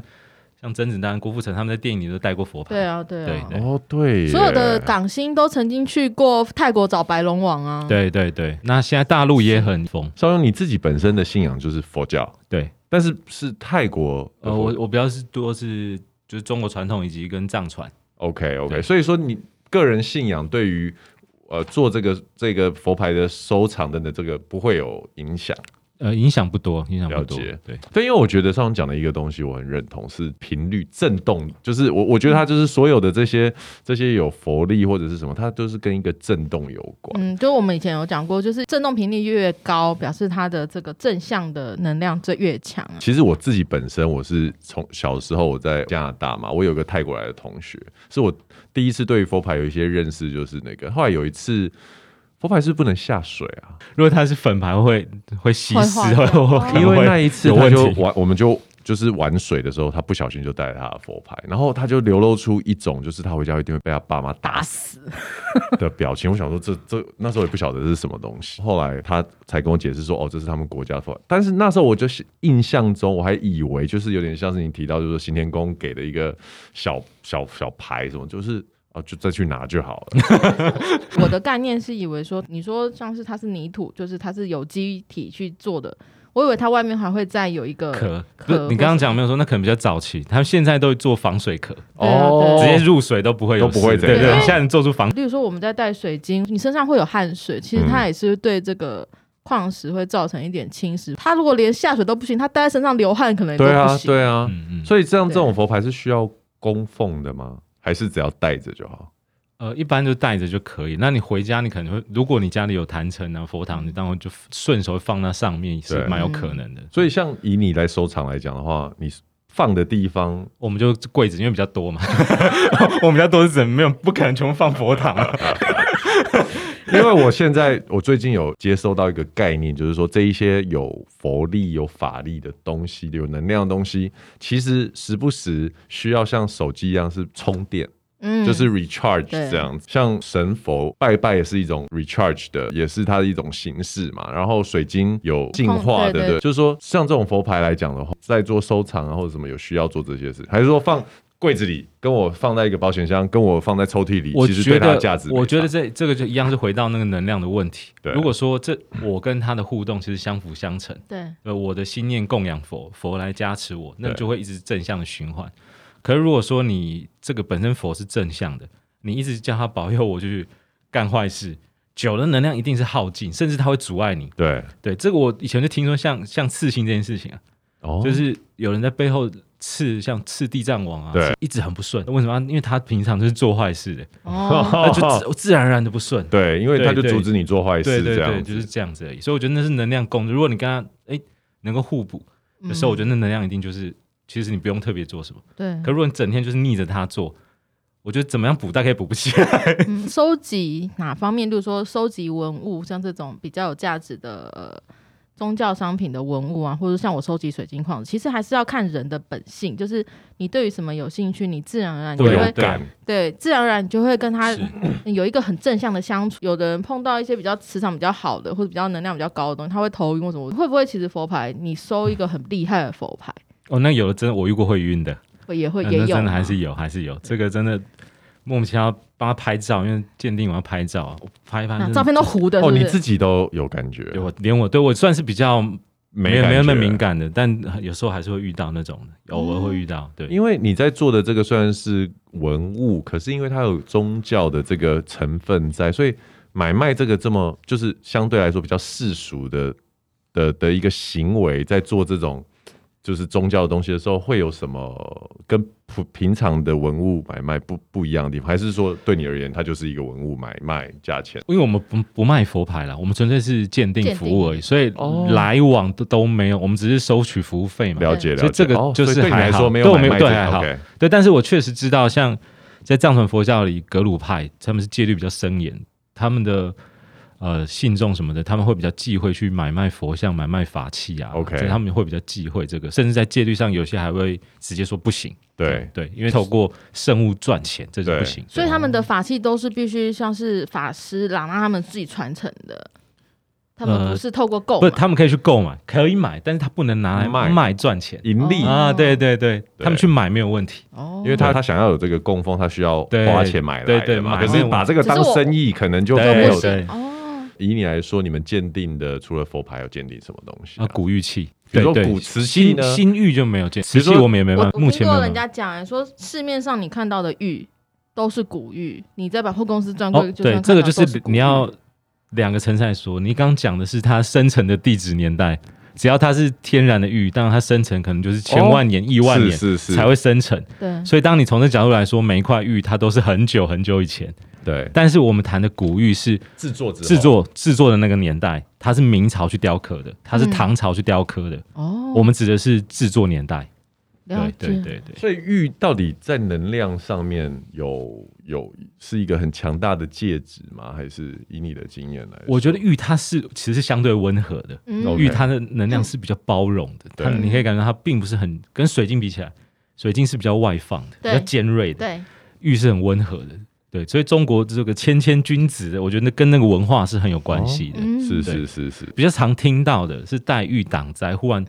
C: 像甄子丹、郭富城他们在电影里都带过佛牌，
B: 对啊，对啊
C: 对。
A: 哦，对耶，
B: 所有的港星都曾经去过泰国找白龙王啊，
C: 对对对。那现在大陆也很疯，
A: 邵雍，你自己本身的信仰就是佛教，
C: 对。
A: 但是是泰国
C: 呃，我我比较是多是就是中国传统以及跟藏传，
A: OK OK，
C: 对
A: 所以说你个人信仰对于呃做这个这个佛牌的收藏等等这个不会有影响。
C: 呃，影响不多，影响不多
A: 了解。
C: 对，
A: 对，因为我觉得上讲的一个东西我很认同，是频率震动，就是我我觉得它就是所有的这些这些有佛力或者是什么，它都是跟一个震动有关。
B: 嗯，就我们以前有讲过，就是振动频率越高，表示它的这个正向的能量就越强啊。
A: 其实我自己本身我是从小时候我在加拿大嘛，我有个泰国来的同学，是我第一次对于佛牌有一些认识，就是那个后来有一次佛牌是不能下水啊，
C: 如果它是粉牌会会稀释，
B: 会
C: 会
B: 化掉
C: 会
B: 哦
C: 可能
A: 因为
C: 会
A: 那一次
C: 有
A: 他
C: 问
A: 就
C: 题。
A: 玩，我们就就是玩水的时候，他不小心就带了他的佛牌，然后他就流露出一种就是他回家一定会被他爸妈打
B: 打
A: 死
B: 死，
A: 的表情。我想说这这那时候也不晓得这是什么东西，后来他才跟我解释说，哦，这是他们国家的佛牌。但是那时候我就是印象中我还以为就是有点像是你提到，就是说行天宫给的一个小小小牌什么，就是。哦，就再去拿就好了。
B: 我的概念是以为说，你说像是它是泥土，就是它是有机体去做的，我以为它外面还会再有一个
C: 壳，不
B: 壳
C: 是
B: 或
C: 你刚刚讲没有说，那可能比较早期，他们现在都会做防水壳，
B: 对啊
A: 哦，
B: 对
C: 直接入水都不会有
A: 都
C: 事，
A: 不会
C: 对
A: 怎
C: 对，
B: 样
C: 现在做出防
B: 例如说我们在带水晶，你身上会有汗水，其实它也是对这个矿石会造成一点侵蚀。他如果连下水都不行，他待在身上流汗可能也都
A: 对
B: 不
A: 啊，
B: 行。
A: 对啊，
C: 嗯嗯，
A: 所以这样
B: 对
A: 这种佛牌是需要供奉的吗？还是只要带着就好？
C: 呃，一般就带着就可以。那你回家，你可能会，如果你家里有坛城啊、佛堂，你当然就顺手放那上面
A: 嗯
C: 是
A: 对嗯
C: 蛮有可能的。
A: 所以像以你来收藏来讲的话，你放的地方
C: 我们就柜子，因为比较多 嘛，我们比较多是人，没有不可能全部放佛堂 啊。
A: 因为我现在我最近有接收到一个概念，就是说这一些有佛力、有法力的东西、有能量的东西，其实时不时需要像手机一样是充电，
B: 嗯，
A: 就是 recharge
B: 对
A: 这样子。像神佛拜拜也是一种 recharge 的，也是它的一种形式嘛。然后水晶有净化的，
B: 对对
A: 对，就是说像这种佛牌来讲的话，在做收藏啊或者什么有需要做这些事，还是说放。柜子里跟我放在一个保险箱，跟我放在抽屉里，
C: 我
A: 其实对
C: 觉
A: 它的
C: 得
A: 价值没差。
C: 我觉得这这个就一样是回到那个能量的问题
A: 对。
C: 如果说这我跟他的互动其实相辅相成，
B: 对，
C: 呃，我的心念供养佛，佛来加持我，那
A: 对
C: 就会一直正向的循环。可是如果说你这个本身佛是正向的，你一直叫他保佑我就去干坏事，久了能量一定是耗尽，甚至它会阻碍你。
A: 对，
C: 对，这个我以前就听说像像刺青这件事情啊，
A: 哦
C: 就是有人在背后刺，像刺地藏王啊，
A: 对
C: 一直很不顺。为什么啊？因为他平常就是做坏事的，
B: 哦，
C: 那啊就自自然而然的不顺。
A: 对，因为他就
C: 对对
A: 阻止你做坏
C: 对
A: 事，
C: 对
A: 这样
C: 对，
A: 子
C: 就是这样子而已。所以我觉得那是能量共振。如果你跟他哎能够互补的时候，我
B: 嗯
C: 觉得那能量一定就是，其实你不用特别做什么。
B: 对
C: 可，如果你整天就是逆着他做，我觉得怎么样补大概也补不起来。
B: 嗯，收集哪方面，例如说收集文物，像这种比较有价值的、呃、宗教商品的文物啊，或者像我收集水晶矿石，其实还是要看人的本性，就是你对于什么有兴趣，你自然而然你
A: 会
B: 就
A: 有
B: 会
C: 对啊
A: 感，
B: 对，自然而然你就会跟他
C: 是
B: 有一个很正向的相处。有的人碰到一些比较磁场比较好的，或者比较能量比较高的东西，他会头晕或什么。会不会其实佛牌你收一个很厉害的佛牌，
C: 哦，那有的真的我遇过会晕的，
B: 会也会
C: 那
B: 也
C: 呃那
B: 有啊
C: 真
B: 吗，
C: 的还是有，还是有。这个真的莫名其妙帮他拍照，因为鉴定我要拍照，啊我拍一拍
B: 那啊
C: 真的
B: 照片都糊的，
A: 哦，
B: 是不
A: 你
B: 是？
A: 自己都有感觉，
C: 对我连我对我算是比较没有
A: 感
C: 没有那么
A: 觉
C: 敏。感的，但有时候还是会遇到那种的，偶
B: 嗯
C: 尔会遇到。对，
A: 因为你在做的这个虽然是文物，可是因为它有宗教的这个成分在，所以买卖这个这么就是相对来说比较世俗的的的一个行为，在做这种就是宗教的东西的时候，会有什么跟普平常的文物买卖不不一样的地方？还是说对你而言，它就是一个文物买卖价钱？
C: 因为我们不不卖佛牌啦，我们纯粹是鉴定服务而已，所以
A: 哦
C: 来往都都没有，我们只是收取服务费嘛。
A: 了解了解，
C: 所以这个
A: 哦
C: 就是
A: 所以对你
C: 还
A: 来
C: 好
A: 说没有
C: 对我
A: 买
C: 没有
A: 卖
C: 对
A: 这个
C: 还好
A: OK
C: 对，但是我确实知道，像在藏传佛教里，格鲁派他们是戒律比较森严，他们的呃信众什么的，他们会比较忌讳去买卖佛像、买卖法器啊。
A: OK
C: 所以他们会比较忌讳这个，甚至在戒律上有些还会直接说不行。
A: 对，
C: 对，因为透过圣物赚钱，这是
A: 对
C: 不行。
B: 啊所以他们的法器都是必须像是法师、喇嘛他们自己传承的，他们
C: 呃
B: 不是透过购
C: 不，
B: 买。
C: 他们可以去购买，可以买，但是他不能拿来
A: 卖
C: 卖赚钱。
A: 盈利
B: 哦
C: 啊，对对对，他们去买没有问题。
B: 哦，
A: 因为他他想要有这个供奉，他需要
C: 对
A: 花钱买
C: 对
A: 来
C: 对
A: 的嘛。
C: 买
A: 可是把这个当生意，可能就没
C: 对
A: 有。
C: 对
B: 哦，
A: 以你来说，你们鉴定的除了佛牌，有鉴定什么东西啊
C: 啊，？古玉器，
A: 比如说
C: 对对
A: 古瓷器呢
C: 新新玉就没有见，
A: 如
C: 瓷
A: 说
C: 器我们也没
B: 我
C: 办
B: 我
C: 法，目
B: 听
C: 前没
B: 过
C: 有
B: 人
C: 办法。
B: 家讲、欸、说，市面上你看到的玉都是古玉，你在百货公司专柜
C: 哦，
B: 就算
C: 对，
B: 看到
C: 这个就
B: 都是
C: 是
B: 古玉
C: 你要两个层次来说，你刚刚讲的是它生成的地质年代，只要它是天然的玉，当然它生成可能就是千万年、亿万
A: 是
C: 年
A: 是是，
C: 才会生成。
B: 对
C: 所以当你从这角度来说，每一块玉它都是很久很久以前，
A: 对
C: 但是我们谈的古玉是
A: 制作之后
C: 制作制作的那个年代，它是明朝去雕刻的，它是
B: 嗯
C: 唐朝去雕刻的。
B: 哦，
C: 我们指的是制作年代。
B: 了解
C: 对对对对，
A: 所以玉到底在能量上面有有是一个很强大的介质吗？还是以你的经验来说？
C: 我觉得玉它是其实是相对温和的，
B: 嗯
A: OK
C: 玉它的能量是比较包容的，
A: 对
C: 它你可以感觉它并不是很跟水晶比起来，水晶是比较外放的，比
B: 对
C: 较尖锐的，
B: 对
C: 玉是很温和的。对，所以中国这个谦谦君子的，我觉得跟那个文化是很有关系的。
B: 嗯
A: 是
C: 对
A: 是是是，
C: 比较常听到的是黛玉挡灾，忽然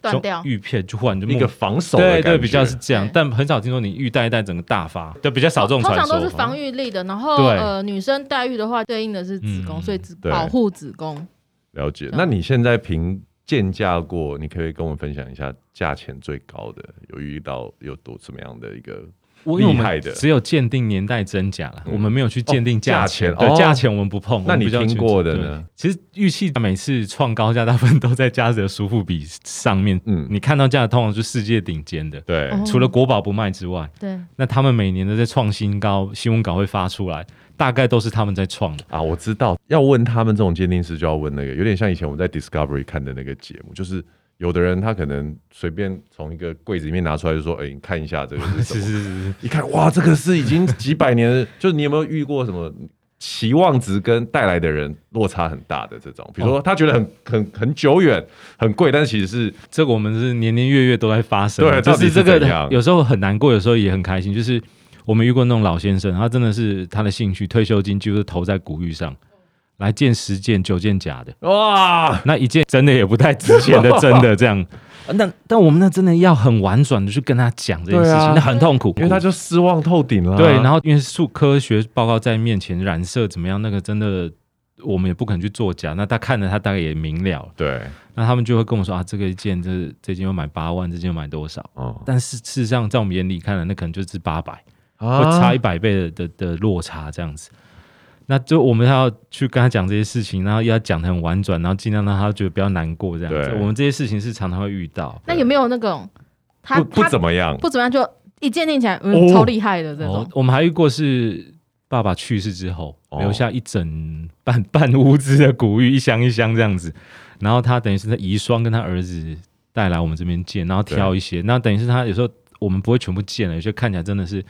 B: 断掉
C: 玉片就忽然就
A: 一个防守的感
C: 对
A: 觉
C: 对，比较是这样
B: 对，
C: 但很少听说你玉带一带整个大发，对，比较少这种
B: 通
C: 传
B: 常
C: 说。
B: 都是防御力的，然后
C: 对
B: 呃，女生待遇的话，对应的是子宫，
C: 嗯
B: 所以子
A: 对
B: 保护子宫。
A: 了解。
B: 对
A: 那你现在评鉴价过，你可以跟我们分享一下价钱最高的有遇到有多什么样的一个
C: 我因为我
A: 厉
C: 们
A: 害的
C: 只有鉴定年代真假了，
A: 嗯
C: 我们没有去鉴定
A: 哦价
C: 钱，
A: 钱哦
C: 对价钱我们不碰。
A: 那
C: 我们
A: 你
C: 比较
A: 听
C: 去
A: 过的
C: 对
A: 呢？
C: 其实玉器每次创高价，大部分都在嘉泽苏富比上面，
A: 嗯
C: 你看到价的通常是世界顶尖的，
A: 对，
B: 哦
C: 除了国宝不卖之外，
B: 对，
C: 那他们每年都在创新高，新闻稿会发出来，大概都是他们在创的。
A: 啊，我知道，要问他们这种鉴定师，就要问那个，有点像以前我们在 Discovery 看的那个节目，就是有的人他可能随便从一个柜子里面拿出来，就说：“哎、你看一下这个是什
C: 是
A: 么。
C: 是是是，
A: 一看，哇，这个是已经几百年的，就是你有没有遇过什么期望值跟带来的人落差很大的这种？比如
C: 哦
A: 说他觉得很很很久远、很贵，但其实是
C: 这个我们是年年月月都在发生，
A: 对
C: 就
A: 到底是
C: 这
A: 怎
C: 个
A: 样
C: 有时候很难过，有时候也很开心。就是我们遇过那种老先生，他真的是他的兴趣，退休金就是投在古玉上，来见十件九件假的，
A: 哇，
C: 那一件真的也不太值钱的，真的这样。 那但我们那真的要很婉转的去跟他讲这件事情，
A: 对啊
C: 那很痛苦，
A: 因为他就失望透顶了啊、
C: 对，然后因为数科学报告在面前染色怎么样，那个真的我们也不肯去作假。那他看了，他大概也明了了
A: 对，
C: 那他们就会跟我说啊，这个一件这这件要买八万，这件要买多少？
A: 哦、
C: 但是事实上，在我们眼里看来，那可能就是八百、
A: 啊
C: 会差一百倍的的的落差这样子。那就我们要去跟他讲这些事情，然后要讲的很婉转，然后尽量让他觉得不要难过这样子
A: 对。
C: 我们这些事情是常常会遇到。
B: 那有没有那种他
A: 不不
B: 他
A: 怎么样，
B: 不怎么样，就一鉴定起来，
A: 哦
B: 嗯，超厉害的这
C: 哦
B: 种，，
C: 我们还遇过是爸爸去世之后，
A: 哦
C: 留下一整半半屋子的古玉，一箱一箱这样子。然后他等于是他遗孀跟他儿子带来我们这边见，然后挑一些。那等于是他有时候我们不会全部见了，有些看起来真的是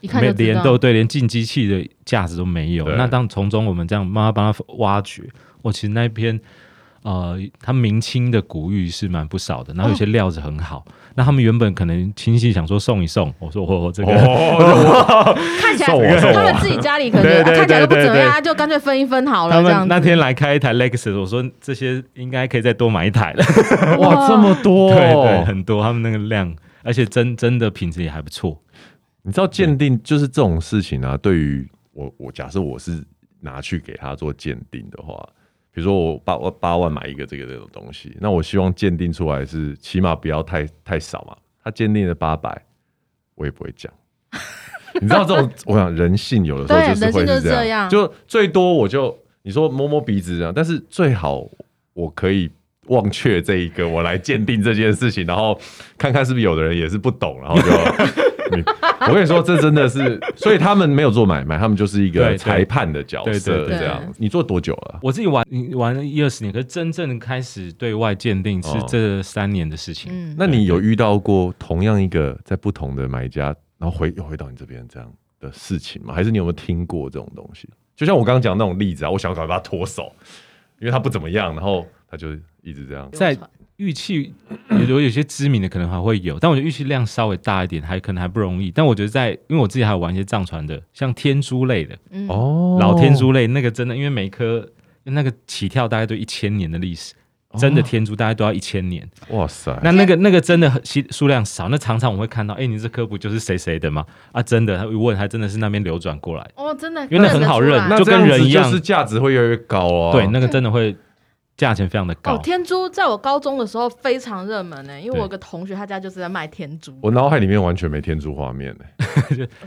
B: 一看
C: 没
B: 就知
C: 连
B: 道。
C: 都对，连进机器的价值都没有
A: 对。
C: 那当从中我们这样慢慢帮他挖掘，我其实那一篇。呃，他明清的古玉是蛮不少的，然后有些料子很好。那他们原本可能亲戚想说送一送，我说 我、哦、这个、
A: 哦，
B: 看起来
A: 送我送我
B: 他们自己家里可能
C: 啊对对
B: 啊看起来都不
C: 对对
B: 怎么样，就干脆分一分好了
C: 他
B: 这样子。
C: 们那天来开一台 Lexus，我说这些应该可以再多买一台 了。
A: 哇，这么多、
C: 对对，很多，他们那个量，而且真真的品质也还不错。
A: 你知道鉴定就是这种事情啊，对于我我假设我是拿去给他做鉴定的话，比如说我八我八万买一个这个这种东西，那我希望鉴定出来是起码不要太太少嘛。他鉴定了八百，我也不会讲。 你知道这种，我想人性有的时候就
B: 对
A: 是会
B: 人性就是是
A: 这
B: 这
A: 样，
B: 样
A: 就最多我就你说摸摸鼻子这样，但是最好我可以忘却这一个，我来鉴定这件事情，然后看看是不是有的人也是不懂，然后就 你我跟你说，这真的是，所以他们没有做买卖，他们就是一
C: 对
A: 个
C: 对
A: 裁判的角色
C: 对对
B: 对
A: 这样。你做多久了？
C: 我自己玩玩了一二十年，可是真正开始对外鉴定是
A: 哦
C: 这三年的事情。
B: 嗯，
A: 那你有遇到过同样一个在不同的买家，然后回又回到你这边这样的事情吗？还是你有没有听过这种东西？就像我刚刚讲的那种例子啊，我想要赶快把他脱手，因为他不怎么样，然后他就一直这样。
C: 在玉器，有有有些知名的可能还会有，但我觉得玉器量稍微大一点，还可能还不容易。但我觉得在，因为我自己还有玩一些藏传的，像天珠类的，
B: 嗯
A: 哦
C: 老天珠类那个真的，因为每一颗那个起跳大概都一千年的历史，
A: 哦
C: 真的天珠大概都要一千年。
A: 哇塞，
C: 那那个那个真的很稀数量少，那常常我会看到，哎、你这科普就是谁谁的吗？啊，真的，他一问，还真的是那边流转过来。
B: 哦，真的
C: 因为那很好认
B: 看得出来
A: 那这
C: 就跟
A: 样子
C: 人一
A: 就
C: 样
A: 是价值会越来越高哦。
C: 对，那个真的会价钱非常的高。
B: 哦，天珠在我高中的时候非常热门呢、欸因为
C: 对
B: 我有个同学他家就是在卖天珠，
A: 我脑海里面完全没天珠画面呢、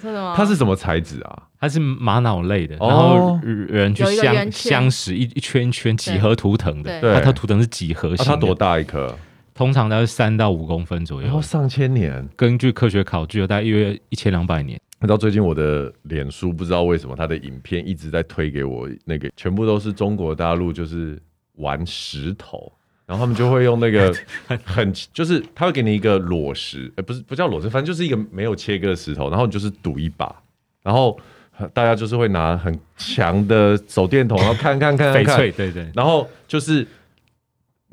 B: 真的吗？
A: 它是什么材质啊？
C: 它是玛瑙类的，
A: 哦
C: 然后人去
B: 有一个
C: 相
B: 圆圈
C: 相识一一圈一圈几何图腾的，
A: 对
C: 它它图腾是几何
A: 啊
C: 形的、
A: 它多大一颗？
C: 通常大概三到五公分左
A: 然后
C: 右。
A: 上千年。
C: 根据科学考据，大概约一千两百年。
A: 你知道最近我的脸书不知道为什么它的影片一直在推给我，那个全部都是中国大陆就是玩石头，然后他们就会用那 个很就是他会给你一个裸石，呃、不是不叫裸石，反正就是一个没有切割的石头，然后你就是赌一把，然后呃大家就是会拿很强的手电筒，然后看看看看
C: 翡
A: 看，
C: 翠，对对，
A: 然后就是，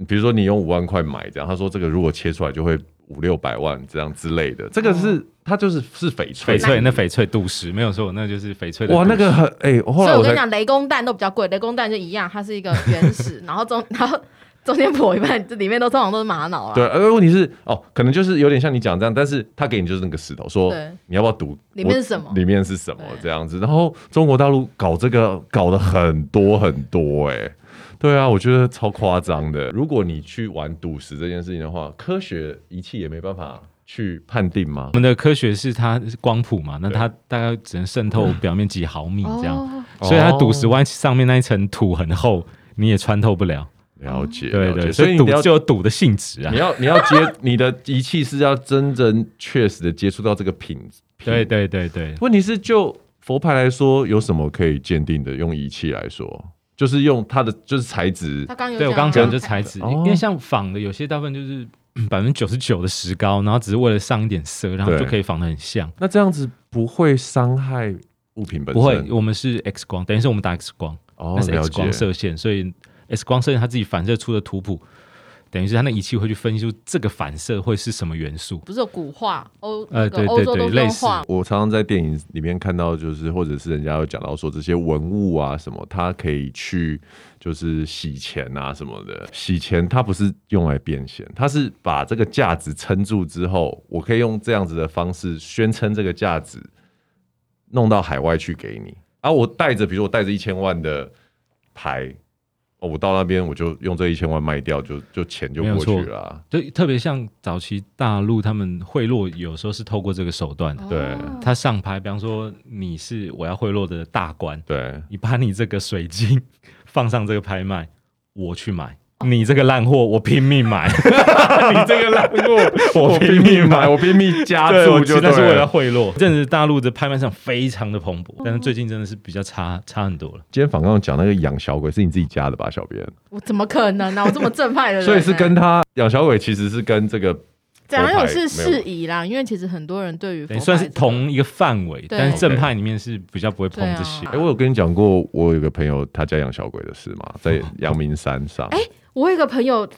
A: 比如说你用五万块买这样，他说这个如果切出来就会五六百万这样之类的，这个是、它就是是哦翡翠，
C: 翡翠那翡翠镀石没有错，那就是�翠翠的镀
A: 哇
C: 石。
A: 那个很哎、后
B: 所
A: 来
B: 以
A: 我
B: 我跟
A: 才
B: 你讲，雷公蛋都比较贵，雷公蛋就一样，它是一个原始，然后 中然后中间剖一半，这里面都通常都是玛瑙啊啦。
C: 啊
A: 对，而问题是哦，可能就是有点像你讲这样，但是他给你就是那个石头，说
B: 对
A: 你要不要赌
B: 里面
A: 我
B: 是什么
A: 里面是什么
B: 对
A: 这样子。然后中国大陆搞这个搞得很多很多、欸，对啊，我觉得超夸张的。如果你去玩赌石这件事情的话，科学仪器也没办法去判定吗
C: 我？们的科学是它是光谱嘛，那
A: 对
C: 它大概只能渗透表面几毫米这样，
B: 哦
C: 所以它
A: 哦
C: 堵死外上面那一层土很厚，你也穿透不了。
A: 了解，
C: 嗯对
A: 了解
C: 对，
A: 所
C: 所
A: 以
C: 以
A: 你
C: 赌
A: 得 要
C: 就有赌的性质啊
A: 你。要你要接你的仪器是要真正确实的接触到这个品质。品
C: 对，对对对，
A: 问题是就佛牌来说，有什么可以鉴定的？用仪器来说，就是用它的就是材质
B: 他刚有
C: 对我
B: 讲
C: 刚刚
B: 到
C: 讲就材质，
A: 哦
C: 因为像仿的有些大部分就是 百分之九十九的石膏，然后只是为了上一点色，然后
A: 对
C: 就可以仿的很像。
A: 那这样子不会伤害物品本身，
C: 不会，我们是 X 光，等于是我们打 X 光，
A: 哦
C: 那，是
A: 了
C: X
A: 解
C: 光，射线，所以 X 光射线它自己反射出的图谱，等于是它那仪器会去分析出这个反射会是什么元素。
B: 不是有古画欧那
C: 呃
B: 个
C: 对对
B: 欧洲都
C: 对
B: 是用
C: 类似
B: 画
A: 我常常在电影里面看到，就是或者是人家有讲到说这些文物啊什么，它可以去就是洗钱啊什么的。洗钱它不是用来变现，它是把这个价值撑住之后，我可以用这样子的方式宣称这个价值，弄到海外去给你。啊，我带着，比如说我带着一千万的牌。哦，我到那边我就用这一千万卖掉，就就钱就
C: 没有
A: 过去
C: 错
A: 了啊、
C: 就特别像早期大陆他们贿赂，有时候是透过这个手段的。
B: 哦
A: 对
C: 他上牌，比方说你是我要贿赂的大官，
A: 对，
C: 你把你这个水晶放上这个拍卖，我去买。你这个烂货，我拼命 买，
A: 你这个烂货，我拼
C: 拼
A: 命
C: 命
A: 买，
C: 买
A: 我拼命加
C: 对，我
A: 注就
C: 那是
A: 对
C: 为了
A: 了。
C: 贿赂。这阵子大陆的拍卖上非常的蓬勃，但是最近真的是比较差差很多了。
A: 今天访刚讲那个养小鬼是你自己加的吧，小编？
B: 我怎么可能呢、啊 我这么正派的人呢、
A: 所以是跟他养小鬼其实是跟这个
B: 蒋
A: 佛
B: 友
A: 牌
B: 是
A: 没有
B: 适宜啦，因为其实很多人对于
C: 等于
B: 佛
C: 算
B: 牌
C: 是同一个范围，
B: 对
C: 但是正派里面是比较不会碰这些
B: 对啊
A: 哎、。我有跟你讲过，我有个朋友他家养小鬼的事嘛，在阳明山上。
B: 哎我有一个朋友，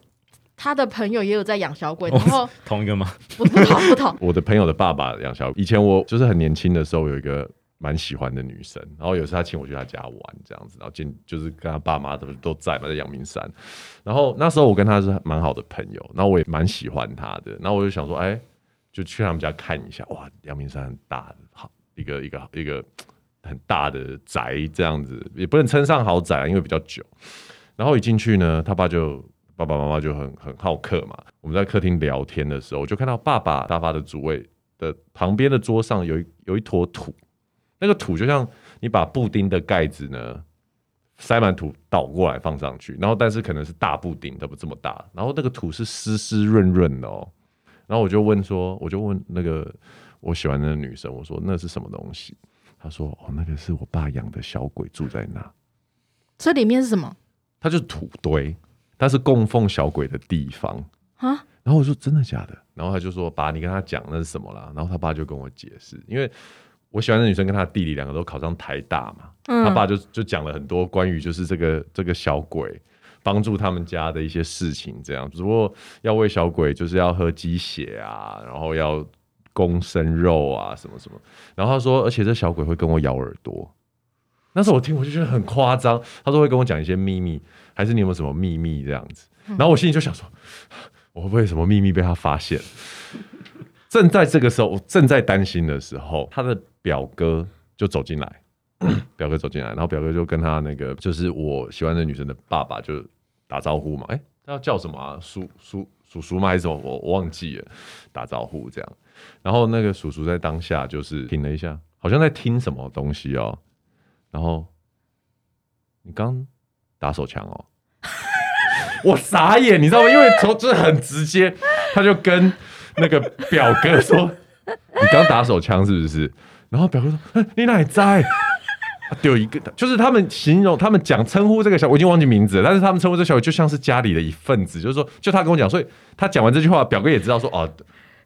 B: 他的朋友也有在养小 鬼，然后
C: 同一个吗？
B: 不不同不同，
A: 我的朋友的爸爸养小鬼，以前我就是很年轻的时候有一个蛮喜欢的女生，然后有时候她请我去她家玩这样子，然后见就是跟她爸妈都都在嘛，在阳明山。然后那时候我跟她是蛮好的朋友，然后我也蛮喜欢她的，然后我就想说，哎、就去他们家看一下，哇，阳明山很大的，好一个一个一个很大的宅这样子，也不能称上豪宅啊，因为比较久。然后一进去呢，他爸就爸爸妈妈就很很好客嘛。我们在客厅聊天的时候，我就看到爸爸沙发的主位的旁边的桌上有一有一坨土，那个土就像你把布丁的盖子呢塞满土倒过来放上去，然后但是可能是大布丁，它不这么大，然后那个土是湿湿润润的哦。然后我就问说，我就问那个我喜欢的女生，我说那是什么东西？她说哦，那个是我爸养的小鬼住在那。
B: 这里面是什么
A: 它就是土堆，它是供奉小鬼的地方。
B: 啊？
A: 然后我说真的假的？然后他就说爸，你跟他讲那是什么啦？然后他爸就跟我解释，因为我喜欢的女生跟她的弟弟两个都考上台大嘛，
B: 嗯
A: 他爸就就讲了很多关于就是这个这个小鬼帮助他们家的一些事情，这样。只不过要喂小鬼，就是要喝鸡血啊，然后要供生肉啊，什么什么。然后他说，而且这小鬼会跟我咬耳朵。那时候我听我就觉得很夸张，他说会跟我讲一些秘密，还是你有没有什么秘密这样子？然后我心里就想说，我会不会有什么秘密被他发现？正在这个时候，我正在担心的时候，他的表哥就走进来，表哥走进来，然后表哥就跟他那个就是我喜欢的女生的爸爸就打招呼嘛，哎、他要叫什么啊？叔叔叔叔吗？还是什么？我我忘记了，打招呼这样。然后那个叔叔在当下就是停了一下，好像在听什么东西哦。然后你刚打手枪哦， 我傻眼，你知道吗？因为从这很直接，他就跟那个表哥说：“你刚打手枪是不是？”然后表哥说：“哎你哪里在？”啊丢一个，就是他们形容，他们讲称呼这个小，我已经忘记名字了，但是他们称呼这小鬼就像是家里的一份子，就是说，就他跟我讲，所以他讲完这句话，表哥也知道说，哦，啊、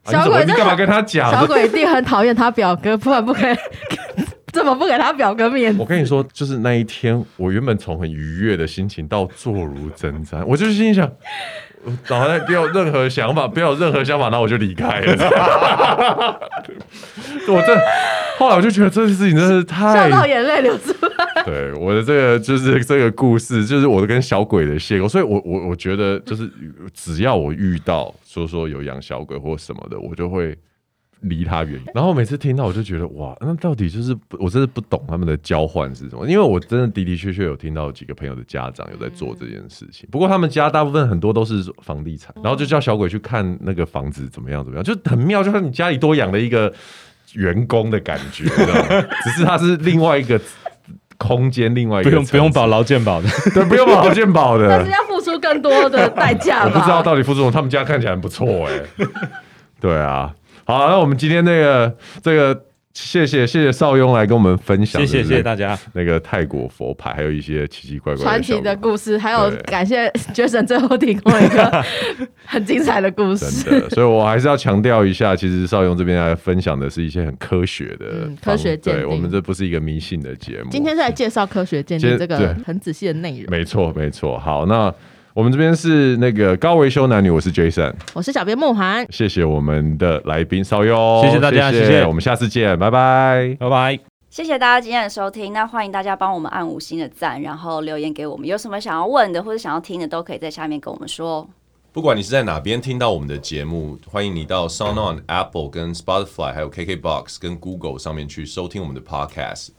A: 你
B: 小
A: 怎么
B: 鬼
A: 你
B: 真
A: 干嘛
B: 好
A: 跟他讲？
B: 小鬼一定很讨厌他表哥，不然不给， 怎么不给他表哥面 子
A: 我？跟你说，就是那一天，我原本从很愉悦的心情到坐如针毡，我就是心里想， 我脑袋不要有任何想法，不要有任何想法，然后我就离开了。 我这后来我就觉得这件事情真是
B: 笑
A: 太
B: 到眼泪流出来。
A: 哎对我的这个就是这个故事，就是我跟小鬼的邂逅，所以我我我觉得就是只要我遇到说说有养小鬼或什么的，我就会离他远。然后每次听到我就觉得哇，那到底就是不我真的不懂他们的交换是什么？因为我真的的的确确有听到几个朋友的家长有在做这件事
C: 嗯
A: 情，不过他们家大部分很多都是房地产，然后就叫小鬼去看那个房子怎么样怎么样，就很妙，就是你家里多养了一个员工的感觉，你知道吗？只是他是另外一个。空间另外一
C: 不
A: 个
C: 用不用
A: 层次
C: 保劳健保的，
A: 对，不用保劳健保的，
B: 但是要付出更多的代价
A: 我
B: 吧？
A: 不知道到底副总他们家看起来很不错哎、对啊，好，那我们今天那个这个，谢谢谢谢邵雍来跟我们分享，
C: 谢谢谢谢大
A: 家。
C: 家，
A: 那个泰国佛牌，还有一些奇奇怪怪
B: 传
A: 的小
B: 奇的
A: 故
B: 故事，还有
A: 对
B: 感谢 Jason 最后提供了一个 很精彩的故
A: 事，
B: 事。
A: 真的。所以我还是要强调一下，其实邵雍这边来分享的是一些很科学的
B: 嗯
A: 方
B: 科学鉴
A: 对
B: 定
A: 我们这不是一个迷信的节目。
B: 今天是来介绍科学鉴定
A: 今
B: 这
A: 对
B: 个很仔细的内容。
A: 没错没错，好，那我们这边是那个高维修男女，我是 Jason，
B: 我是小编慕涵，
A: 谢谢我们的来宾邵雍，
C: 谢谢大家谢谢
A: 我们下次见，拜拜。
C: 拜拜。
D: 谢谢大家今天的收听，那欢迎大家帮我们按五星的赞，然后留言给我们，有什么想要问的或者想要听的，都可以在下面跟我们说哦。
E: 不管你是在哪边听到我们的节目，欢迎你到 SoundOn、Apple、跟 Spotify、还有 KKBox、跟 Google 上面去收听我们的 Podcast。